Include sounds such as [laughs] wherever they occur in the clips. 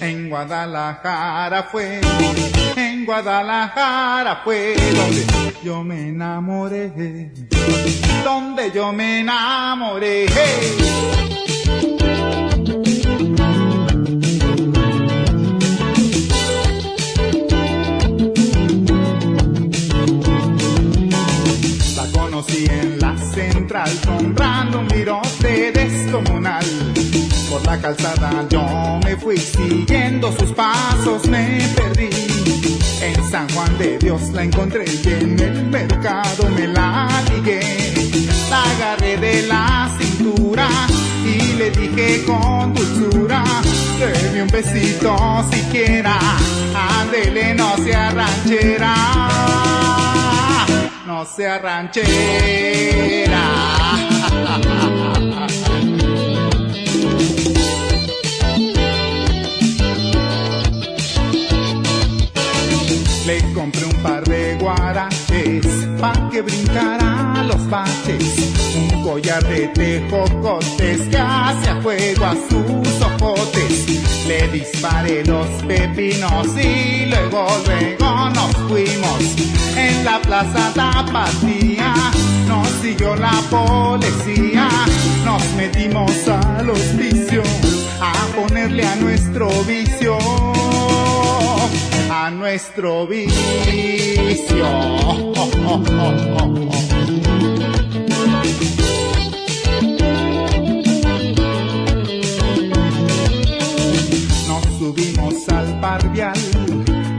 En Guadalajara fue, en Guadalajara fue donde yo me enamoré, donde yo me enamoré. La conocí en la central, comprando un virote descomunal. Por la calzada yo me fui siguiendo sus pasos, me perdí. En San Juan de Dios la encontré y en el mercado me la ligué. La agarré de la cintura y le dije con dulzura, deme un besito siquiera, ándele no se arranchera no sea [laughs] ranchera. Le compré un par de guaraches pa' que brincara los baches. Un collar de tejocotes que hace a fuego a sus ojotes. Le disparé los pepinos y luego, luego nos fuimos. En la plaza Tapatía nos siguió la policía. Nos metimos al hospicio a ponerle a nuestro vicio. A nuestro vicio. Nos subimos al parvial,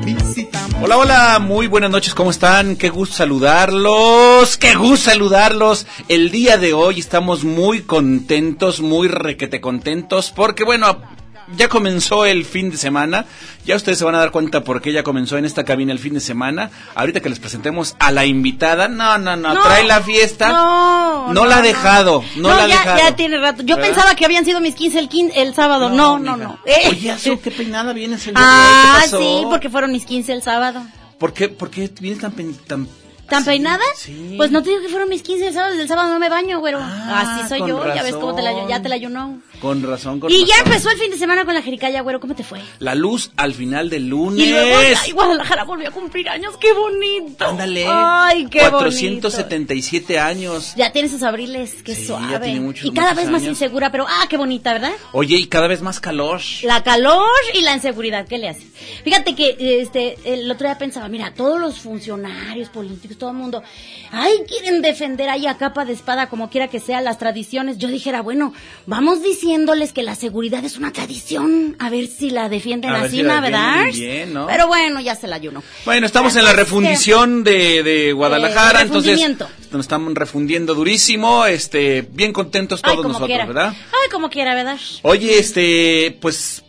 visitamos. Hola, hola, muy buenas noches, ¿cómo están? Qué gusto saludarlos, qué gusto saludarlos. El día de hoy estamos muy contentos, muy requete contentos, porque bueno, ya comenzó el fin de semana, ya ustedes se van a dar cuenta por qué ya comenzó en esta cabina el fin de semana. Ahorita que les presentemos a la invitada, no, no, no, No, Ah, trae la fiesta, no, no, no, la ha no. dejado, no, la ha ya, dejado. ya tiene rato. Yo ¿Verdad? pensaba que habían sido mis 15 el, quin- el sábado. No, no, mija. no. Eh. [laughs] Oye, Azu, qué peinada vienes el día de hoy, Ah, ¿qué pasó? sí, porque fueron mis 15 el sábado. ¿Por qué, por qué vienes tan... pen- tan ¿Tan así? peinada? Sí. Pues no te digo que fueron mis 15 el sábado, desde el sábado no me baño, güeyro. Ah, Así soy con yo, ya ves cómo te la, razón. ya te la ayunó. Con razón, con Y ya razón. empezó el fin de semana con la jericaya, güero, ¿cómo te fue? La luz al final del lunes. Y luego, ay, Guadalajara volvió a cumplir años, qué bonito. Ándale. Ay, qué bonito. 477 años. Ya tienes esos abriles, qué Sí, ya suave. tiene muchos, y cada muchos vez más años. insegura, pero ah, qué bonita, ¿verdad? Oye, y cada vez más calor. La calor y la inseguridad, ¿qué le haces? Fíjate que este el otro día pensaba, mira, todos los funcionarios políticos, todo el mundo, ay, quieren defender ahí a capa de espada, como quiera que sea, las tradiciones. Yo dijera, bueno, vamos diciéndoles que la seguridad es una tradición, a ver si la defienden A ver así, si ¿no? la ¿verdad? defienden bien, ¿no? Pero bueno, ya se la ayuno. Bueno, estamos en la Así es que- refundición de, de Guadalajara, Eh, entonces refundimiento. nos estamos refundiendo durísimo, este, bien contentos Ay, todos como nosotros, quiera. ¿verdad? Ay, como quiera, ¿verdad? Oye, este, pues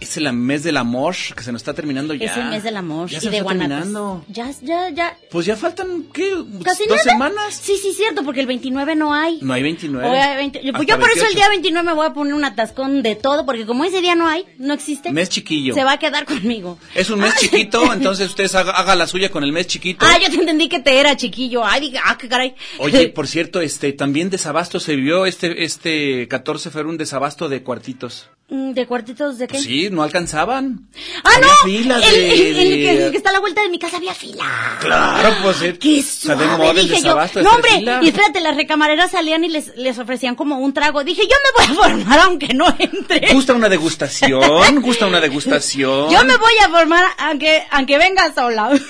es el mes del amor que se nos está terminando ya. Es el mes del amor Ya y se de está Guanatos. terminando. Ya, ya, ya. Pues ya faltan qué, Casi Pues, dos nada. semanas. Sí, sí, cierto, porque el 29 no hay. No hay 29. Hoy hay 20. Yo, pues Hasta yo por eso el 28. día 29 me voy a poner un atascón de todo, porque como ese día no hay, no existe. Mes chiquillo. Se va a quedar conmigo. Es un mes Ay. [laughs] chiquito, entonces ustedes haga, haga la suya con el mes chiquito. Ah, yo te entendí que te era chiquillo. Ay, dije, ah, qué caray. [laughs] Oye, por cierto, este también desabasto se vivió este este 14 fue un desabasto de cuartitos. Mm, ¿De cuartitos de qué? Pues sí, no alcanzaban. ¡Ah, Había no! filas el, de- el- el que, de- el que está a la vuelta de mi casa había fila. Claro, pues eh, ¡Qué está suave! de moda el dije yo. desabasto de No, hacer hombre, fila. y espérate, las recamareras salían y les, les ofrecían como un trago. Dije, yo me voy a formar [laughs] aunque no entre. Gusta una degustación, gusta una degustación. Yo me voy a formar aunque, aunque venga sola. [laughs]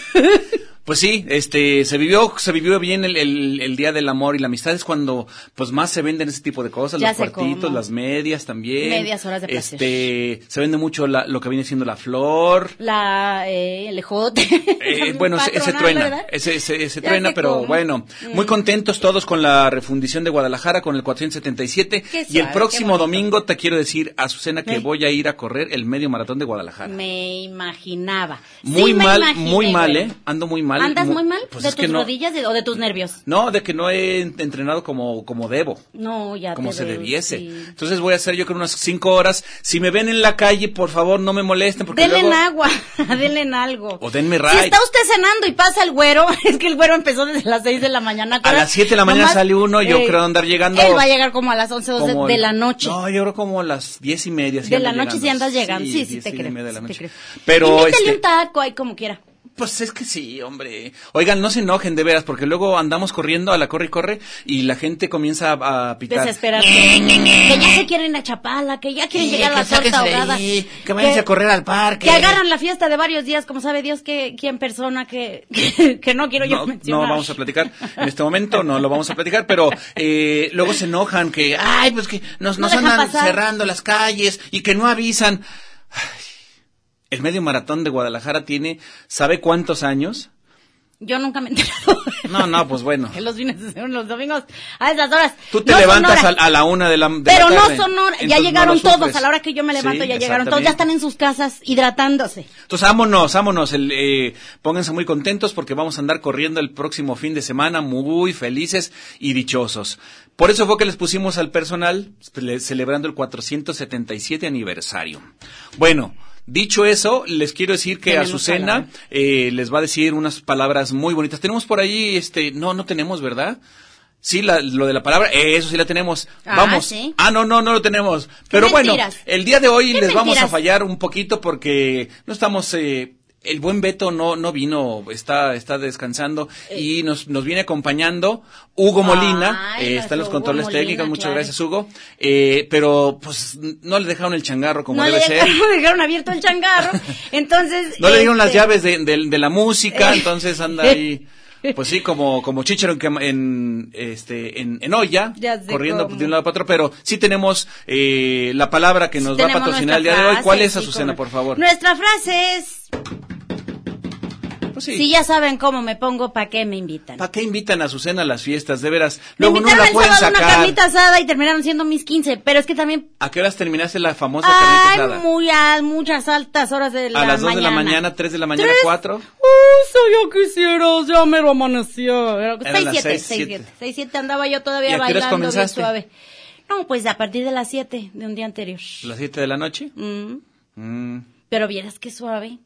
Pues sí, este, se vivió, se vivió bien el, el, el Día del Amor y la Amistad es cuando, pues más se venden ese tipo de cosas, Ya los sé cuartitos, cómo. las medias también. Medias horas de placer. Este, se vende mucho la- lo que viene siendo [laughs] la flor. La, eh, el ejote. [laughs] Eh, bueno, ese, ese Patronal, truena, ¿verdad? ese, ese, ese Ya truena, sé pero cómo. Mm. bueno, muy contentos todos con la refundición de Guadalajara, con el 477. Qué y el suave, qué próximo bonito. domingo te quiero decir, Azucena, que Eh. voy a ir a correr el medio maratón de Guadalajara. Me imaginaba. Sí, Muy me mal, imaginé, muy mal, güey. ¿eh? Ando muy mal. ¿Andas muy mal? pues ¿De es tus que no, rodillas de- o de tus nervios? No, de que no he en- entrenado como, como debo. No, ya Como te se veo, debiese. sí. Entonces voy a hacer yo creo unas cinco horas. Si me ven en la calle, por favor, no me molesten. Porque Denle en luego- agua, [laughs] denle en algo. O denme Si ride. está usted cenando y pasa el güero, [laughs] es que el güero empezó desde las 6 de la mañana. A las 7 de la mañana Nomás, sale uno, yo eh, creo andar llegando. Él va a llegar como a las 11, 12 como de el- la noche. No, yo creo como a las diez y media. si de ando la noche si llegando. andas llegando. Sí, sí, diez te, y creo, media de la sí te noche. creo. Pero, Invítale este, un taco ahí como quiera. pues es que sí, hombre. Oigan, no se enojen, de veras, porque luego andamos corriendo a la corre y corre y la gente comienza a, a pitar. Desesperarse. que ya se quieren a Chapala, que ya quieren llegar a la torta ahogada. que vayan a correr al parque. Que agarran la fiesta de varios días, como sabe Dios que quién persona que, [laughs] que, que no quiero yo No, no mencionar. vamos a platicar en este momento, no lo vamos a platicar, pero eh, luego se enojan que, ay, pues que nos, No nos dejan andan pasar. cerrando las calles y que no avisan. Ay, el medio maratón de Guadalajara tiene, ¿sabe cuántos años? Yo nunca me he enterado. [laughs] No, no, pues bueno. Que los fines de semana, los domingos, a esas horas. Tú te No son levantas horas. a, a la una de la de la Pero no tarde, son horas. Ya entonces no llegaron lo todos. sufres. A la hora que yo me levanto, Sí, ya llegaron todos. Ya están en sus casas hidratándose. Entonces, vámonos, vámonos. el, eh, pónganse muy contentos porque vamos a andar corriendo el próximo fin de semana muy felices y dichosos. Por eso fue que les pusimos al personal cele- celebrando el 477 aniversario. Bueno. Dicho eso, les quiero decir que Tenemos Azucena palabra. eh, les va a decir unas palabras muy bonitas. Tenemos por ahí, este, no, no tenemos, ¿verdad? Sí, la- lo de la palabra, eh, eso sí la tenemos. Ah, Vamos. sí. Ah, no, no, no lo tenemos. Pero mentiras. bueno, el día de hoy Qué les vamos a mentiras. fallar un poquito porque no estamos eh, el buen Beto no no vino, está está descansando Eh. y nos nos viene acompañando Hugo Ay, Molina, eh, nuestro está en los Hugo controles Molina, técnicos, muchas claro. gracias Hugo, eh, pero pues n- no le dejaron el changarro como [laughs] no le debe ser. dejaron, dejaron abierto el changarro. Entonces. No le dieron las este, eh. llaves de, de- de la música, entonces [laughs] anda ahí, pues sí, como, como chichero en, cama- en, este, en, en olla, Ya sé corriendo pues, cómo. de un lado para otro, pero sí tenemos eh, la palabra que nos va a tenemos patrocinar el día nuestra de hoy. ¿Cuál frase, es, sí, cómo Azucena, no. por favor? Nuestra frase es: Pues sí. si ya saben cómo me pongo, ¿para qué me invitan? ¿Para qué invitan a Azucena a las fiestas? De veras, me luego no invitaron la el pueden sábado a una sacar. carnita asada y terminaron siendo mis 15. Pero es que también ¿A qué horas terminaste la famosa carnita Ay, asada? muy a muchas altas horas de la a mañana. las 2 de la mañana, 3 de la mañana, Tres. 4. Uy, yo quisiera, ya me lo amaneció. Era- Eran Seis, las siete, seis, seis, siete. siete. Seis, siete andaba yo ¿Y todavía a qué horas bailando bien comenzaste? suave. No, pues a partir de las siete de un día anterior. ¿Las 7 de la noche? Mm, Mm. pero vieras qué suave.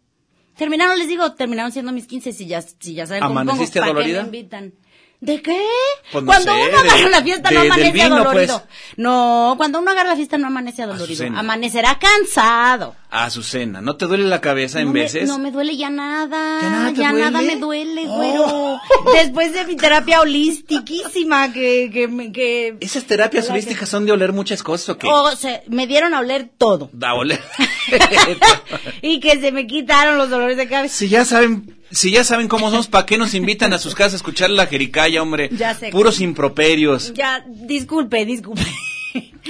Terminaron, les digo, terminaron siendo mis 15 si ya, si ya saben cómo pongo, ¿Amaneciste ¿pa' qué me adolorida? invitan? ¿De qué? Pues no cuando sé, uno de- agarra una fiesta no de- del amanece vino, adolorido. pues. Ah, No, cuando uno agarra la fiesta no amanece adolorido. Azucena. Amanecerá cansado. Azucena, ¿no te duele la cabeza en no veces? Me, no me duele ya nada. ¿Ya Ya nada nada, te duele? me duele, Oh. güero. [laughs] Después de mi terapia holistiquísima que, que, me- que Esas terapias Hola, Oh, holísticas son de oler muchas cosas o qué? o sea, me dieron a oler todo. Da oler. [laughs] y que se me quitaron los dolores de cabeza. [laughs] si ya saben, si ya saben cómo somos, ¿para qué nos invitan a sus casas a escuchar la jericaya, hombre? Ya sé. Puros improperios. Ya, disculpe, disculpe.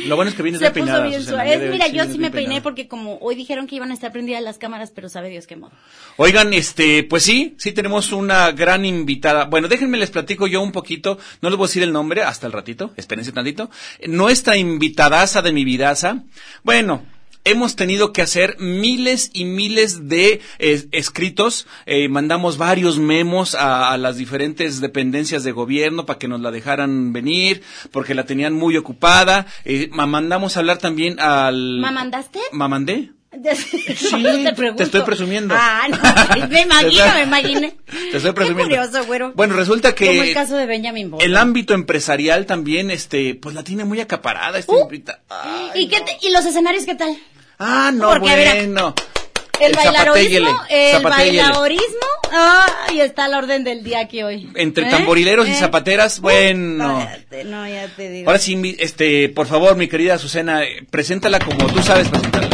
Lo bueno es que vienes Se puso bien peinada. bien Susana, suave. ya debes- Mira, yo vienes sí bien me peiné peinada. porque como hoy dijeron que iban a estar prendidas las cámaras, pero sabe Dios qué modo. Oigan, este, pues sí, sí tenemos una gran invitada. Bueno, déjenme les platico yo un poquito, no les voy a decir el nombre hasta el ratito, espérense tantito. Nuestra invitadaza de mi vidaza, bueno, hemos tenido que hacer miles y miles de eh, escritos, eh, mandamos varios memos a, a las diferentes dependencias de gobierno para que nos la dejaran venir, porque la tenían muy ocupada, eh, ma- mandamos hablar también al... ¿Ma mandaste? Mamandé. [laughs] Sí, te, te pregunto. estoy presumiendo. Ah, [laughs] no, [laughs] me imagino, me imaginé. Te estoy presumiendo. Qué curioso, güero. Bueno, resulta que Como el caso de Benjamin Button. El ámbito empresarial también, este, pues la tiene muy acaparada esta Uh. invita- Ay, ¿Y, qué te- ¿Y los escenarios qué tal? Ah, no, Porque, mira, bueno. El, zapatéguele, bailaroísmo, el zapatéguele. bailaorismo, ay, está la orden del día aquí hoy. ¿Eh? Entre tamborileros y zapateras, bueno. No, ya te- no, ya te digo. Ahora sí, mi- este, por favor, mi querida Azucena, eh, preséntala como tú sabes presentarla.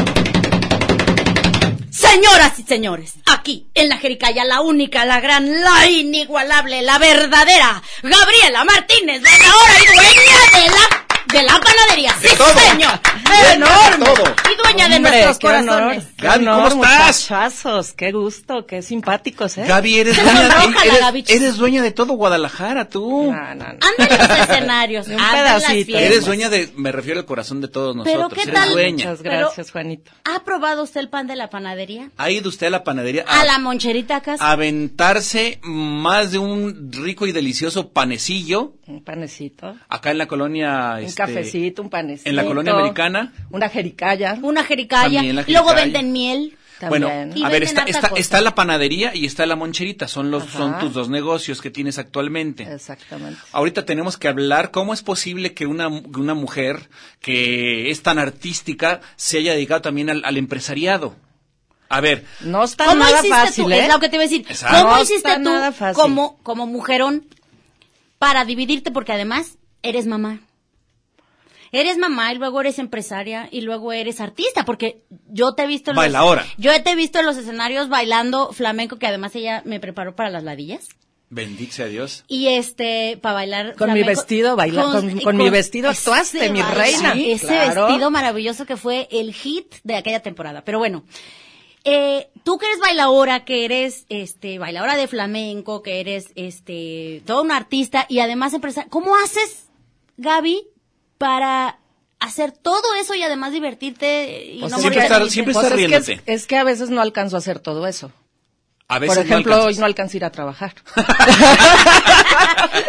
Señoras y señores, a Aquí, en la Jericaya, la única, la gran, la inigualable, la verdadera, Gabriela Martínez, de la hora y dueña de la, de la panadería. De sí, todo. señor. De Enorme. todo. Y dueña de Hombre, nuestros qué corazones. honor, qué Gaby, ¿cómo honor, estás? Muchachazos, qué gusto, qué simpáticos, ¿eh? [laughs] Gaby, eres Se dueña, sonroja la eres- Gaby. Ah, eres dueña de todo Guadalajara, tú. No, no, no. Anda [laughs] en los escenarios, Un anda en las pedacito. fiestas. Eres dueña de, me refiero al corazón de todos Pero, nosotros. ¿qué eres tal? dueña. Muchas pues, Pero- gracias, Juanito. ¿Ha probado usted el pan de la panadería? Ha ido usted a la panadería A la moncherita casa. Ah. aventarse más de un rico y delicioso panecillo Un panecito, acá en la colonia. un este, cafecito, un panecito. en la colonia americana. Una jericaya. Una jericaya. También la Luego jericaya. venden miel. También. Bueno, Y a venden ver, está, harta está, cosa. está la panadería y está la moncherita. Son, los, Ajá. son tus dos negocios que tienes actualmente. Exactamente. Ahorita tenemos que hablar cómo es posible que una, que una mujer que es tan artística se haya dedicado también al, al empresariado. A ver, No está ¿Cómo nada hiciste fácil, tú? ¿eh? Es lo que te iba a decir. Exacto. ¿Cómo No hiciste está tú nada fácil. como, como mujerón para dividirte? Porque además eres mamá. Eres mamá y luego eres empresaria y luego eres artista, porque yo te he visto en Bailadora. los, yo te he visto en los escenarios bailando flamenco, que además ella me preparó para las ladillas. bendito sea Dios. Y este, para bailar. Con mi vestido, baila- con- con mi vestido actuaste, ese mi baila- reina. Sí, Ese claro. vestido maravilloso que fue el hit de aquella temporada. Pero bueno, eh, tú que eres bailadora, que eres este, bailadora de flamenco, que eres este, toda una artista y además empresaria, ¿cómo haces, Gaby, para hacer todo eso y además divertirte y Pues no sí, siempre morirte estar- de siempre tristeza? Pues estás es, que es, riéndote. es que a veces no alcanzo a hacer todo eso. A veces Por no ejemplo, alcanzas. hoy no alcanzo a ir a [laughs] trabajar. [laughs]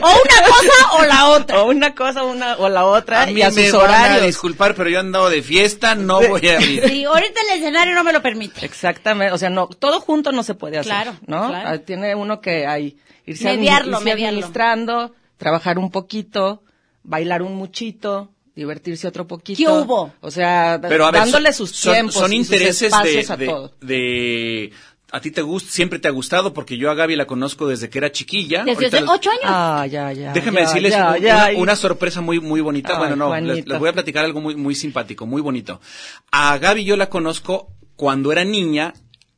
O una cosa o la otra. o una cosa una, o la otra A mí y a me sus van a horarios. disculpar, pero yo andado de fiesta, no [laughs] voy a ir. Sí, ahorita el escenario no me lo permite. Exactamente, o sea, no, todo junto no se puede hacer, Claro, ¿no? claro. Ah, Tiene uno que ahí irse, admi- Mediarlo, irse mediarlo. administrando, trabajar un poquito, bailar un muchito, divertirse otro poquito. ¿Qué hubo? O sea, da- Pero a ver, dándole son- sus son- tiempos, son y sus intereses espacios de, a de- todo. de- a ti te gusta, siempre te ha gustado porque yo a Gaby la conozco desde que era chiquilla. Desde Ahorita hace les- ocho años. Ah, ya, ya. Déjenme ya, decirles ya, un- ya, una, y- una sorpresa muy muy bonita. Ay, bueno, no, les, Juanito. les voy a platicar algo muy muy simpático, muy bonito. A Gaby yo la conozco cuando era niña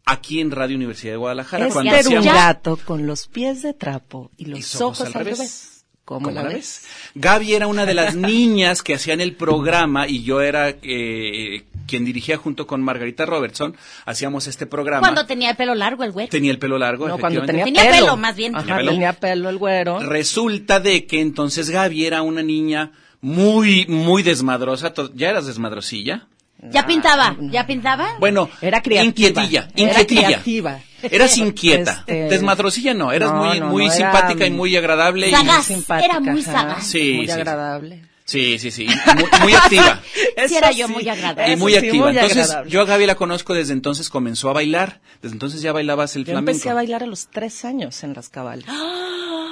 aquí en Radio Universidad de Guadalajara. Es cuando ser hacíamos- un Ya. gato con los pies de trapo y los y ojos al revés. ¿Cómo, la ves? Gaby era una de [laughs] las niñas que hacían el programa y yo era eh, quien dirigía junto con Margarita Robertson. Hacíamos este Ah, programa. Cuando tenía el pelo largo el güero. Tenía el pelo largo. No, cuando tenía, efectivamente. Tenía pelo. pelo, más bien. Ajá, Tenía pelo. tenía pelo el güero. Resulta de que entonces Gaby era una niña muy, muy desmadrosa. To- ¿Ya eras desmadrosilla? Ya pintaba, ya pintaba. Bueno, Era creativa. Inquietilla, Era inquietilla. creativa. Eras inquieta. Este- Desmadrosilla no, eras No, muy, no, muy no, era- simpática y muy agradable. y- Sagaz. simpática, Era muy ajá, sagaz. Sí, muy sí, sí. agradable. Sí, sí, sí. Muy, [laughs] muy activa. Sí, era yo muy agradable. Y eso muy sí, activa. entonces, agradable. yo a Gaby la conozco desde entonces, comenzó a bailar. Desde entonces ya bailabas el Yo flamenco. empecé a bailar a los tres años en las cabalas.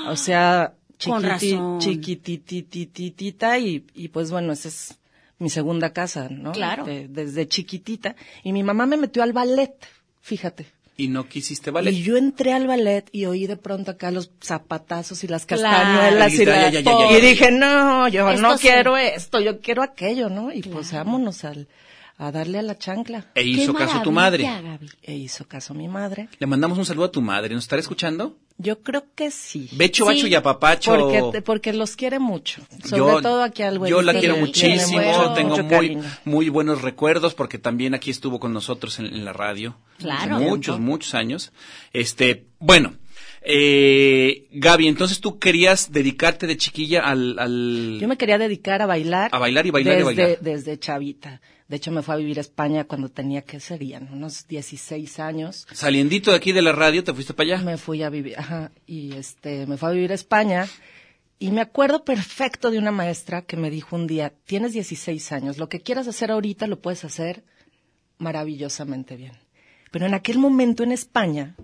O sea, ¡Ah! Con razón. chiquiti, chiquititititita y, y pues bueno, esa es mi segunda casa, ¿no? Claro. De- desde chiquitita. Y mi mamá me metió al ballet, fíjate. Y no quisiste bailar. Y yo entré al ballet y oí de pronto acá los zapatazos y las Claro. castañuelas y, Ya, la- ya, ya, ya, ya. y dije, no, yo Esto no sí. quiero esto, yo quiero aquello, ¿no? Y pues vámonos al, a darle a la chancla. E hizo Qué caso tu madre. maravilla, Gaby. E hizo caso mi madre. Le mandamos un saludo a tu madre. ¿Nos estará escuchando? Yo creo que sí. Becho, Sí, bacho y apapacho. Porque, te- porque los quiere mucho. Sobre todo aquí al güerito yo la le quiero tiene muchísimo, mucho, tengo mucho muy, cariño. muy buenos recuerdos porque también aquí estuvo con nosotros en, en la radio. Claro. Hace Muchos, muchos años. Este, bueno, eh, Gaby, entonces tú querías dedicarte de chiquilla al... al- Yo me quería dedicar a bailar. A bailar y bailar y desde, bailar. Desde chavita. De hecho, me fue a vivir a España cuando tenía, ¿qué serían? Unos 16 años. Saliendito de aquí de la radio, te fuiste para allá. Me fui a vivir, ajá, y este, me fue a vivir a España. Y me acuerdo perfecto de una maestra que me dijo un día, tienes 16 años, lo que quieras hacer ahorita lo puedes hacer maravillosamente bien. Pero en aquel momento en España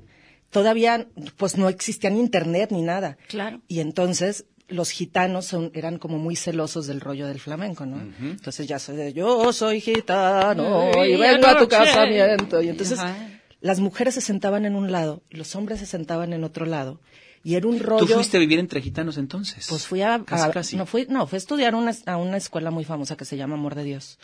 todavía pues no existía ni internet ni nada. Claro. Y entonces los gitanos son- eran como muy celosos del rollo del flamenco, ¿no? Entonces ya soy de yo soy gitano Ay, y vengo a tu anoche. casamiento. Y entonces Ajá. las mujeres se sentaban en un lado, y los hombres se sentaban en otro lado, y era un rollo. ¿Tú fuiste a vivir entre gitanos entonces? Pues fui a, Casi, a- casi. no fui, no, fui a estudiar una- a una escuela muy famosa que se llama Amor de Dios.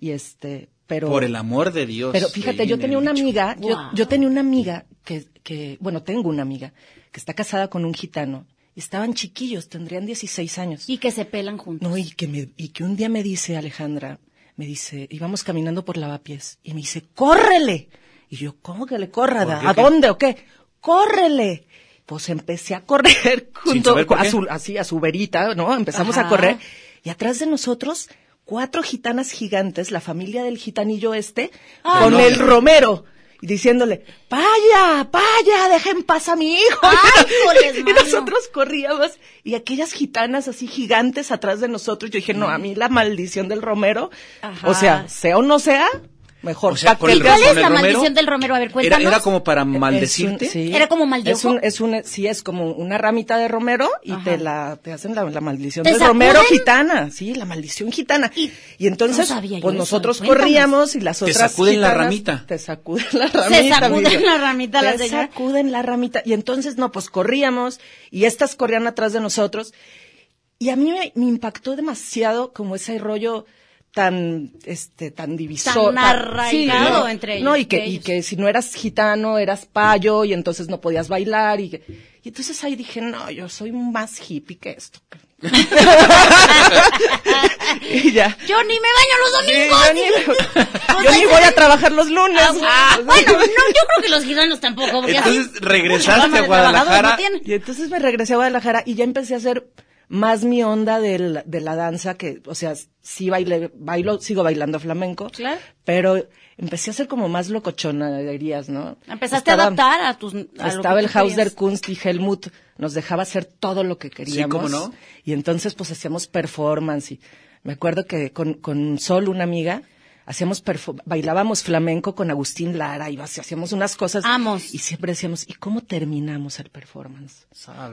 Y este, pero Por el amor de Dios. pero fíjate, Leí yo en tenía el una dicho. amiga, yo, Wow. yo tenía una amiga que, que, bueno, tengo una amiga que está casada con un gitano. Estaban chiquillos, tendrían 16 años. Y que se pelan juntos. No, y que, me, y que un día me dice Alejandra, me dice, íbamos caminando por lavapiés, y me dice, ¡córrele! Y yo, ¿cómo que le corra? ¿Por da? qué? ¿A ¿Qué? dónde o qué? ¡Córrele! Pues empecé a correr [laughs] junto saber por a qué. su, así, a su verita, ¿no? Empezamos Ajá. a correr. Y atrás de nosotros, cuatro gitanas gigantes, la familia del gitanillo este, Ah. con No. el romero. Y diciéndole, vaya, vaya, dejen paz a mi hijo. Ay, [laughs] híjoles, y mano. nosotros [laughs] corríamos y aquellas gitanas así gigantes atrás de nosotros. Yo dije, no, a mí la maldición del romero. Ajá. O sea, sea o no sea, mejor. O sea, pa' por que el ¿Y cuál Romero- es la el Romero maldición del Romero? A ver, Era, cuéntanos. era como para maldecirte. Es un- sí. ¿Era como maldiojo? Es un, es un- sí, es como una ramita de romero y Ajá. te la te hacen la, la maldición ¿Te del romero sacuden? gitana. Sí, la maldición gitana. Y- Y, entonces, no sabía yo pues eso, nosotros cuéntanos. corríamos y las otras. sacuden la gitanas ramita. Te sacuden la ramita. sacuden amiga. la ramita la Te señora. sacuden la ramita. Y entonces, no, pues corríamos y estas corrían atrás de nosotros. Y a mí me, me impactó demasiado como ese rollo tan, este, tan divisor. Tan arraigado ¿no? entre No, y ellos, que, entre y ellos. que si no eras gitano, eras payo y entonces no podías bailar. Y, que- y entonces ahí dije, no, yo soy más hippie que esto. [laughs] y ya. Yo ni me baño los yo domingos. ni, [laughs] O yo sea, ni voy a trabajar los lunes. Pues Ah, bueno, no, yo creo que los gitanos tampoco. porque así Entonces, regresaste mucha fama a de trabajadores Guadalajara. no tienen. Y entonces me regresé a Guadalajara y ya empecé a hacer más mi onda del- de la danza, que, o sea, sí bailé, bailo, sigo bailando flamenco. Claro. Pero empecé a hacer como más locochonaderías, ¿no? Empezaste Estaba- a adaptar a tus. a lo que estaba el tú Haus querías. der Kunst y Helmut nos dejaba hacer todo lo que queríamos. cómo no. Y entonces pues hacíamos performance y me acuerdo que con, con Sol, una amiga, hacíamos perfo- bailábamos flamenco con Agustín Lara y así hacíamos unas cosas. Vamos. Y siempre decíamos, ¿y cómo terminamos el performance?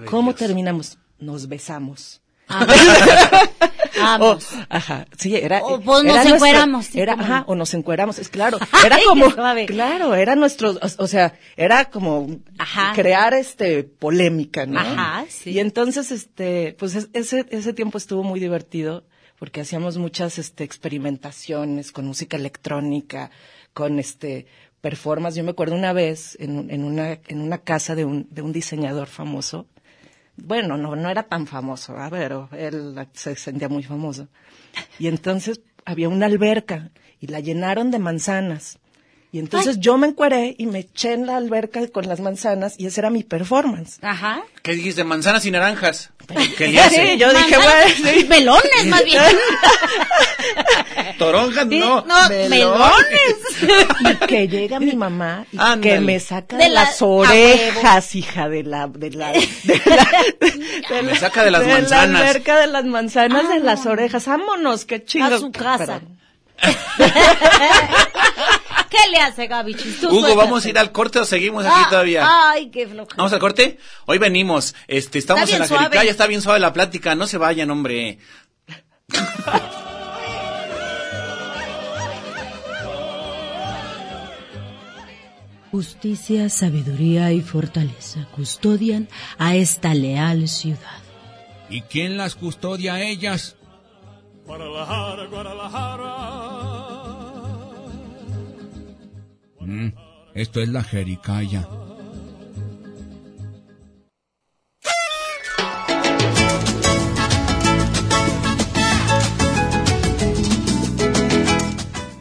¿Cómo terminamos? Nos besamos. [laughs] Ah, [laughs] Vamos. O, ajá, sí, era. O, pues, era nos nuestro- encueramos, sí, era, cómo ajá, no. o nos encueramos, es [laughs] claro. Ay, Era qué como, suave. claro, era nuestro, o, o sea, era como Ajá. crear este polémica, ¿no? Ajá, sí. Y entonces, este, pues es- ese, ese tiempo estuvo muy divertido porque hacíamos muchas, este, experimentaciones con música electrónica, con este, performance. Yo me acuerdo una vez en, un- en una, en una casa de un, de un diseñador famoso, bueno, no, no era tan famoso, ¿verdad? pero él se sentía muy famoso. Y entonces había una alberca y la llenaron de manzanas. Y entonces yo me encueré y me eché en la alberca con las manzanas y ese era mi performance. Ajá. ¿Qué dijiste? Manzanas y naranjas. [laughs] ¿Qué le Sí, hace? yo dije, Manzanas, bueno, sí. Melones, más bien. Toronjas no. no, melones. Y que llega mi mamá y Ándale. que me saca De de, la- las a orejas, hija de la de la de la- [laughs] de Me la- saca de las la manzanas. alberca de las manzanas de las orejas. Vámonos, qué chingo. A su casa. Pero- [laughs] ¿Qué le hace, Gaby? Tú Hugo, suéltate. ¿vamos a ir al corte o seguimos aquí Ah, todavía? Ay, qué floja. ¿Vamos al corte? Hoy venimos. Este, estamos Está en la bien suave. jericaya, está bien suave la plática. No se vayan, hombre. Justicia, sabiduría y fortaleza custodian a esta leal ciudad. ¿Y quién las custodia a ellas? Mm, esto es la jericaya.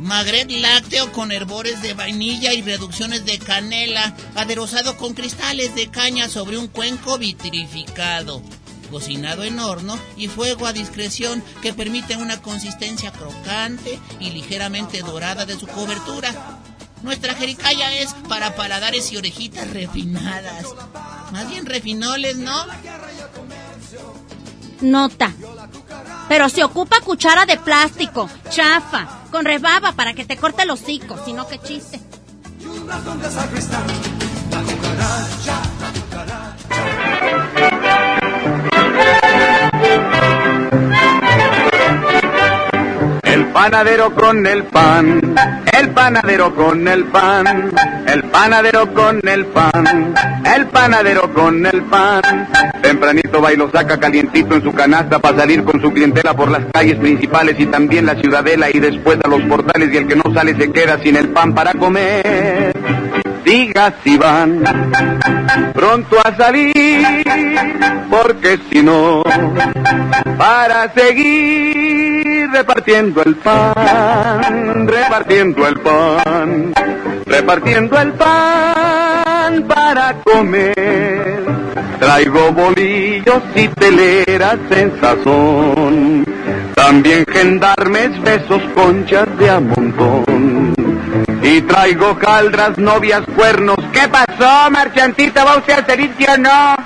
Magret lácteo con herbores de vainilla y reducciones de canela, aderezado con cristales de caña sobre un cuenco vitrificado. Cocinado en horno y fuego a discreción que permite una consistencia crocante y ligeramente dorada de su cobertura. Nuestra jericaya es para paladares y orejitas refinadas. Más bien refinoles, ¿no? Nota. Pero se ocupa cuchara de plástico, chafa, con rebaba para que te corte el hocico, sino que chiste. El panadero con el pan, el panadero con el pan, el panadero con el pan, el panadero con el pan. Tempranito va y lo saca calientito en su canasta para salir con su clientela por las calles principales y también la ciudadela y después a los portales y el que no sale se queda sin el pan para comer. digas si van pronto a salir, porque si no, para seguir repartiendo el pan, repartiendo el pan, repartiendo el pan para comer. Traigo bolillos y teleras en sazón, también gendarmes, besos, conchas de amontón. Y traigo caldras, novias, cuernos. ¿Qué pasó, marchantita? ¿Va usted al servicio o no?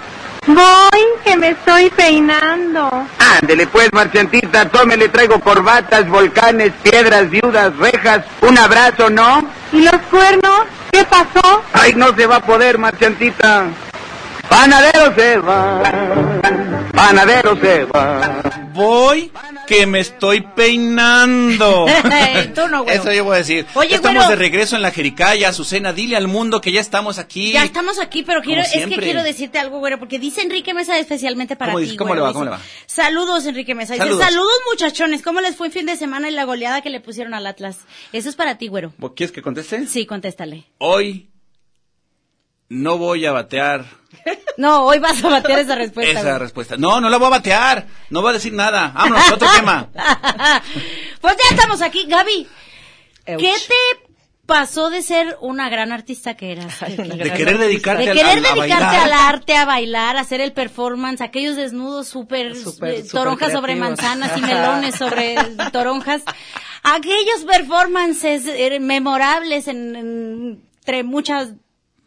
Voy, que me estoy peinando. Ándele pues, marchantita, tómele, traigo corbatas, volcanes, piedras, viudas, rejas, un abrazo, ¿no? ¿Y los cuernos? ¿Qué pasó? Ay, no se va a poder, marchantita. Panadero se va, panadero se va. Voy que me estoy peinando. [laughs] Tú no, güero. Eso yo voy a decir. Oye, estamos güero. de regreso en la Jericaya, Azucena, dile al mundo que ya estamos aquí. Ya estamos aquí, pero quiero, Como es que siempre. quiero decirte algo, güero, porque dice Enrique Mesa especialmente para ¿Cómo ti. dice? ¿Cómo güero, le va? dice, ¿Cómo le va? Saludos, Enrique Mesa. Dice, Saludos. saludos. muchachones. ¿Cómo les fue el fin de semana y la goleada que le pusieron al Atlas? Eso es para ti, güero. ¿Quieres que conteste? Sí, contéstale. Hoy no voy a batear No, hoy vas Pues, a batear esa respuesta. esa güero. respuesta. No, no la voy a batear. No voy a decir nada. Vámonos, otro tema. pues ya estamos aquí. Gaby, ¿qué te pasó de ser una gran artista que eras? ¿Qué- qué- De querer dedicarte De al- querer al- a dedicarte bailar. al arte, a bailar, a hacer el performance, aquellos desnudos súper, Súper, eh, súper toronjas sobre creativos. manzanas y melones sobre toronjas, aquellos performances eh, memorables en- en- entre muchas,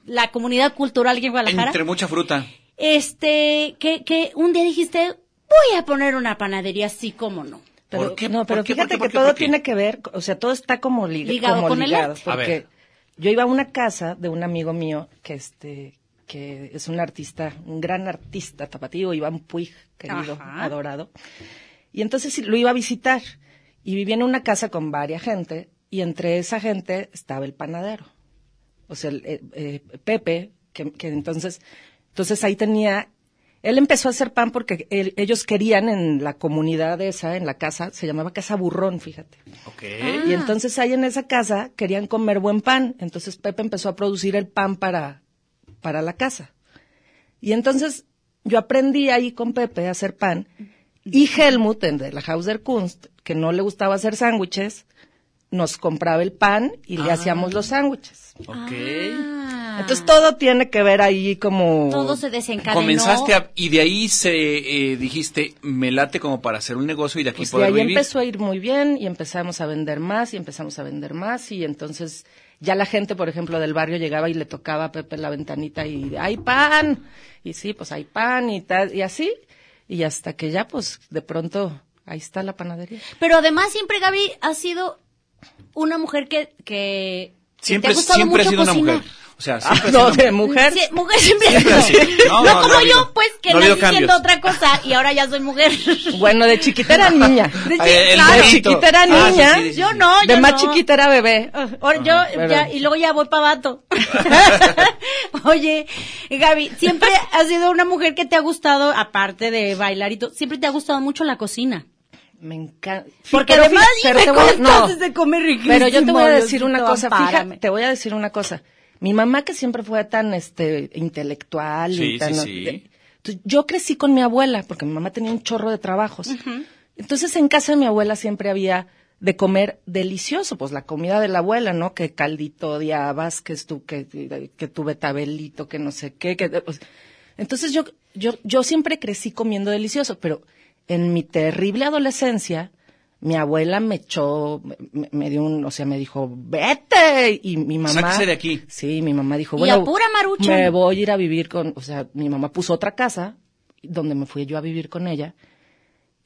la comunidad cultural aquí en Guadalajara. Entre mucha fruta. Este, que, que un día dijiste, voy a poner una panadería, sí, cómo no. Pero, ¿Por qué? No, pero ¿Por qué? ¿Por fíjate qué? ¿Por que qué? todo ¿Por qué? tiene que ver, o sea, todo está como, li- Ligado como con el ligado, arte. A ver. Porque yo iba a una casa de un amigo mío que este que es un artista, un gran artista tapatío, Iván Puig, querido, Ajá. adorado. Y entonces sí, lo iba a visitar y vivía en una casa con varias gente y entre esa gente estaba el panadero. O sea, el, eh, eh, Pepe, que, que entonces, entonces ahí tenía, él empezó a hacer pan porque él- ellos querían en la comunidad esa, en la casa, se llamaba Casa Burrón, fíjate. Ok. Y Ah. entonces ahí en esa casa querían comer buen pan, entonces Pepe empezó a producir el pan para, para la casa. Y entonces yo aprendí ahí con Pepe a hacer pan. Y Helmut, el de la Haus der Kunst, que no le gustaba hacer sándwiches, nos compraba el pan y le hacíamos los sándwiches. Ok. Ah. Entonces todo tiene que ver ahí como... todo se desencadenó. Comenzaste a, y de ahí se eh, dijiste, me late como para hacer un negocio y de aquí Pues de poder ahí vivir. empezó a ir muy bien y empezamos a vender más y empezamos a vender más y entonces ya la gente, por ejemplo, del barrio llegaba y le tocaba a Pepe la ventanita y hay pan y sí, pues hay pan y tal y así y hasta que ya pues de pronto ahí está la panadería. Pero además siempre Gaby ha sido una mujer que, que que Siempre, te ha gustado siempre ha mucho sido una cocinar. mujer. O [laughs] sea, siempre ha sido Ah, no, una de mujer. mujer. Sí, mujer siempre, Siempre ha así. sido. No, No, no, no ha como habido- yo, pues que no ha habido nací siendo cambios. otra cosa y ahora ya soy [laughs] mujer. Bueno, de chiquita era niña. De Ay, el claro. de bonito. chiquita era Ah, sí, niña. sí, sí, sí. Yo no, yo de más no. chiquita era bebé. Ah, Ahora yo pero- ya, y luego ya voy [laughs] para vato. Oye, Gaby, siempre has sido una mujer que te ha gustado, aparte de bailar y todo, siempre te ha gustado mucho la cocina. Me encanta. Porque Pero además fí- pero me te voy- contaste no. de comer riquísimo. Pero yo te voy a decir Diosito, una cosa, ampárame. fíjate, te voy a decir una cosa. Mi mamá que siempre fue tan este intelectual Sí, sí, y tan sí. Entonces, yo crecí con mi abuela porque mi mamá tenía un chorro de trabajos. Entonces en casa de mi abuela siempre había de comer delicioso, pues la comida de la abuela, ¿no? Que caldito de habas, que tu que, que tu betabelito, que no sé qué, que o sea, entonces yo, yo, yo siempre crecí comiendo delicioso, pero en mi terrible adolescencia, mi abuela me echó, me, me dio un, o sea, me dijo, vete. Y mi mamá. Sáquese de aquí. Sí, mi mamá dijo, Y bueno. a pura marucha. Me voy a ir a vivir con, o sea, mi mamá puso otra casa donde me fui yo a vivir con ella.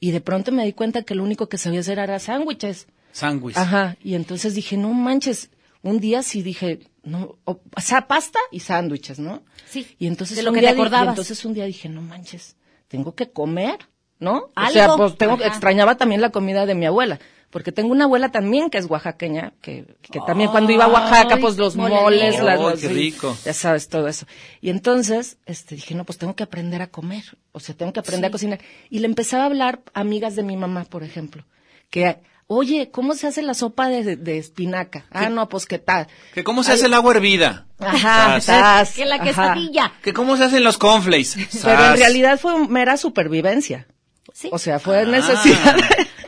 Y de pronto me di cuenta que lo único que sabía hacer era sándwiches. Pues. Sándwich. Ajá, y entonces dije, no manches, un día sí dije, no, o, o sea, pasta y sándwiches, ¿no? Sí, Y entonces de lo un que te día di- y acordabas. entonces un día dije, no manches, tengo que comer, ¿no? Algo. O sea, pues tengo Ajá. extrañaba también la comida de mi abuela, porque tengo una abuela también que es oaxaqueña, que, que también cuando iba a Oaxaca, Ay, pues los mole moles, negro. las Ay, las- Oh, qué sí, rico. Ya sabes todo eso. Y entonces, este dije, no, pues tengo que aprender a comer, o sea, tengo que aprender a cocinar. Y le empezaba a hablar a amigas de mi mamá, por ejemplo, que Oye, ¿cómo se hace la sopa de, de espinaca? Ah, no, pues qué tal. Que cómo se hace el agua hervida. Ajá, Sas. sas, Que la ajá. quesadilla. Que cómo se hacen los cornflakes. Pero en Sas. realidad fue mera supervivencia. O sea, fue Ah. [laughs] necesidad.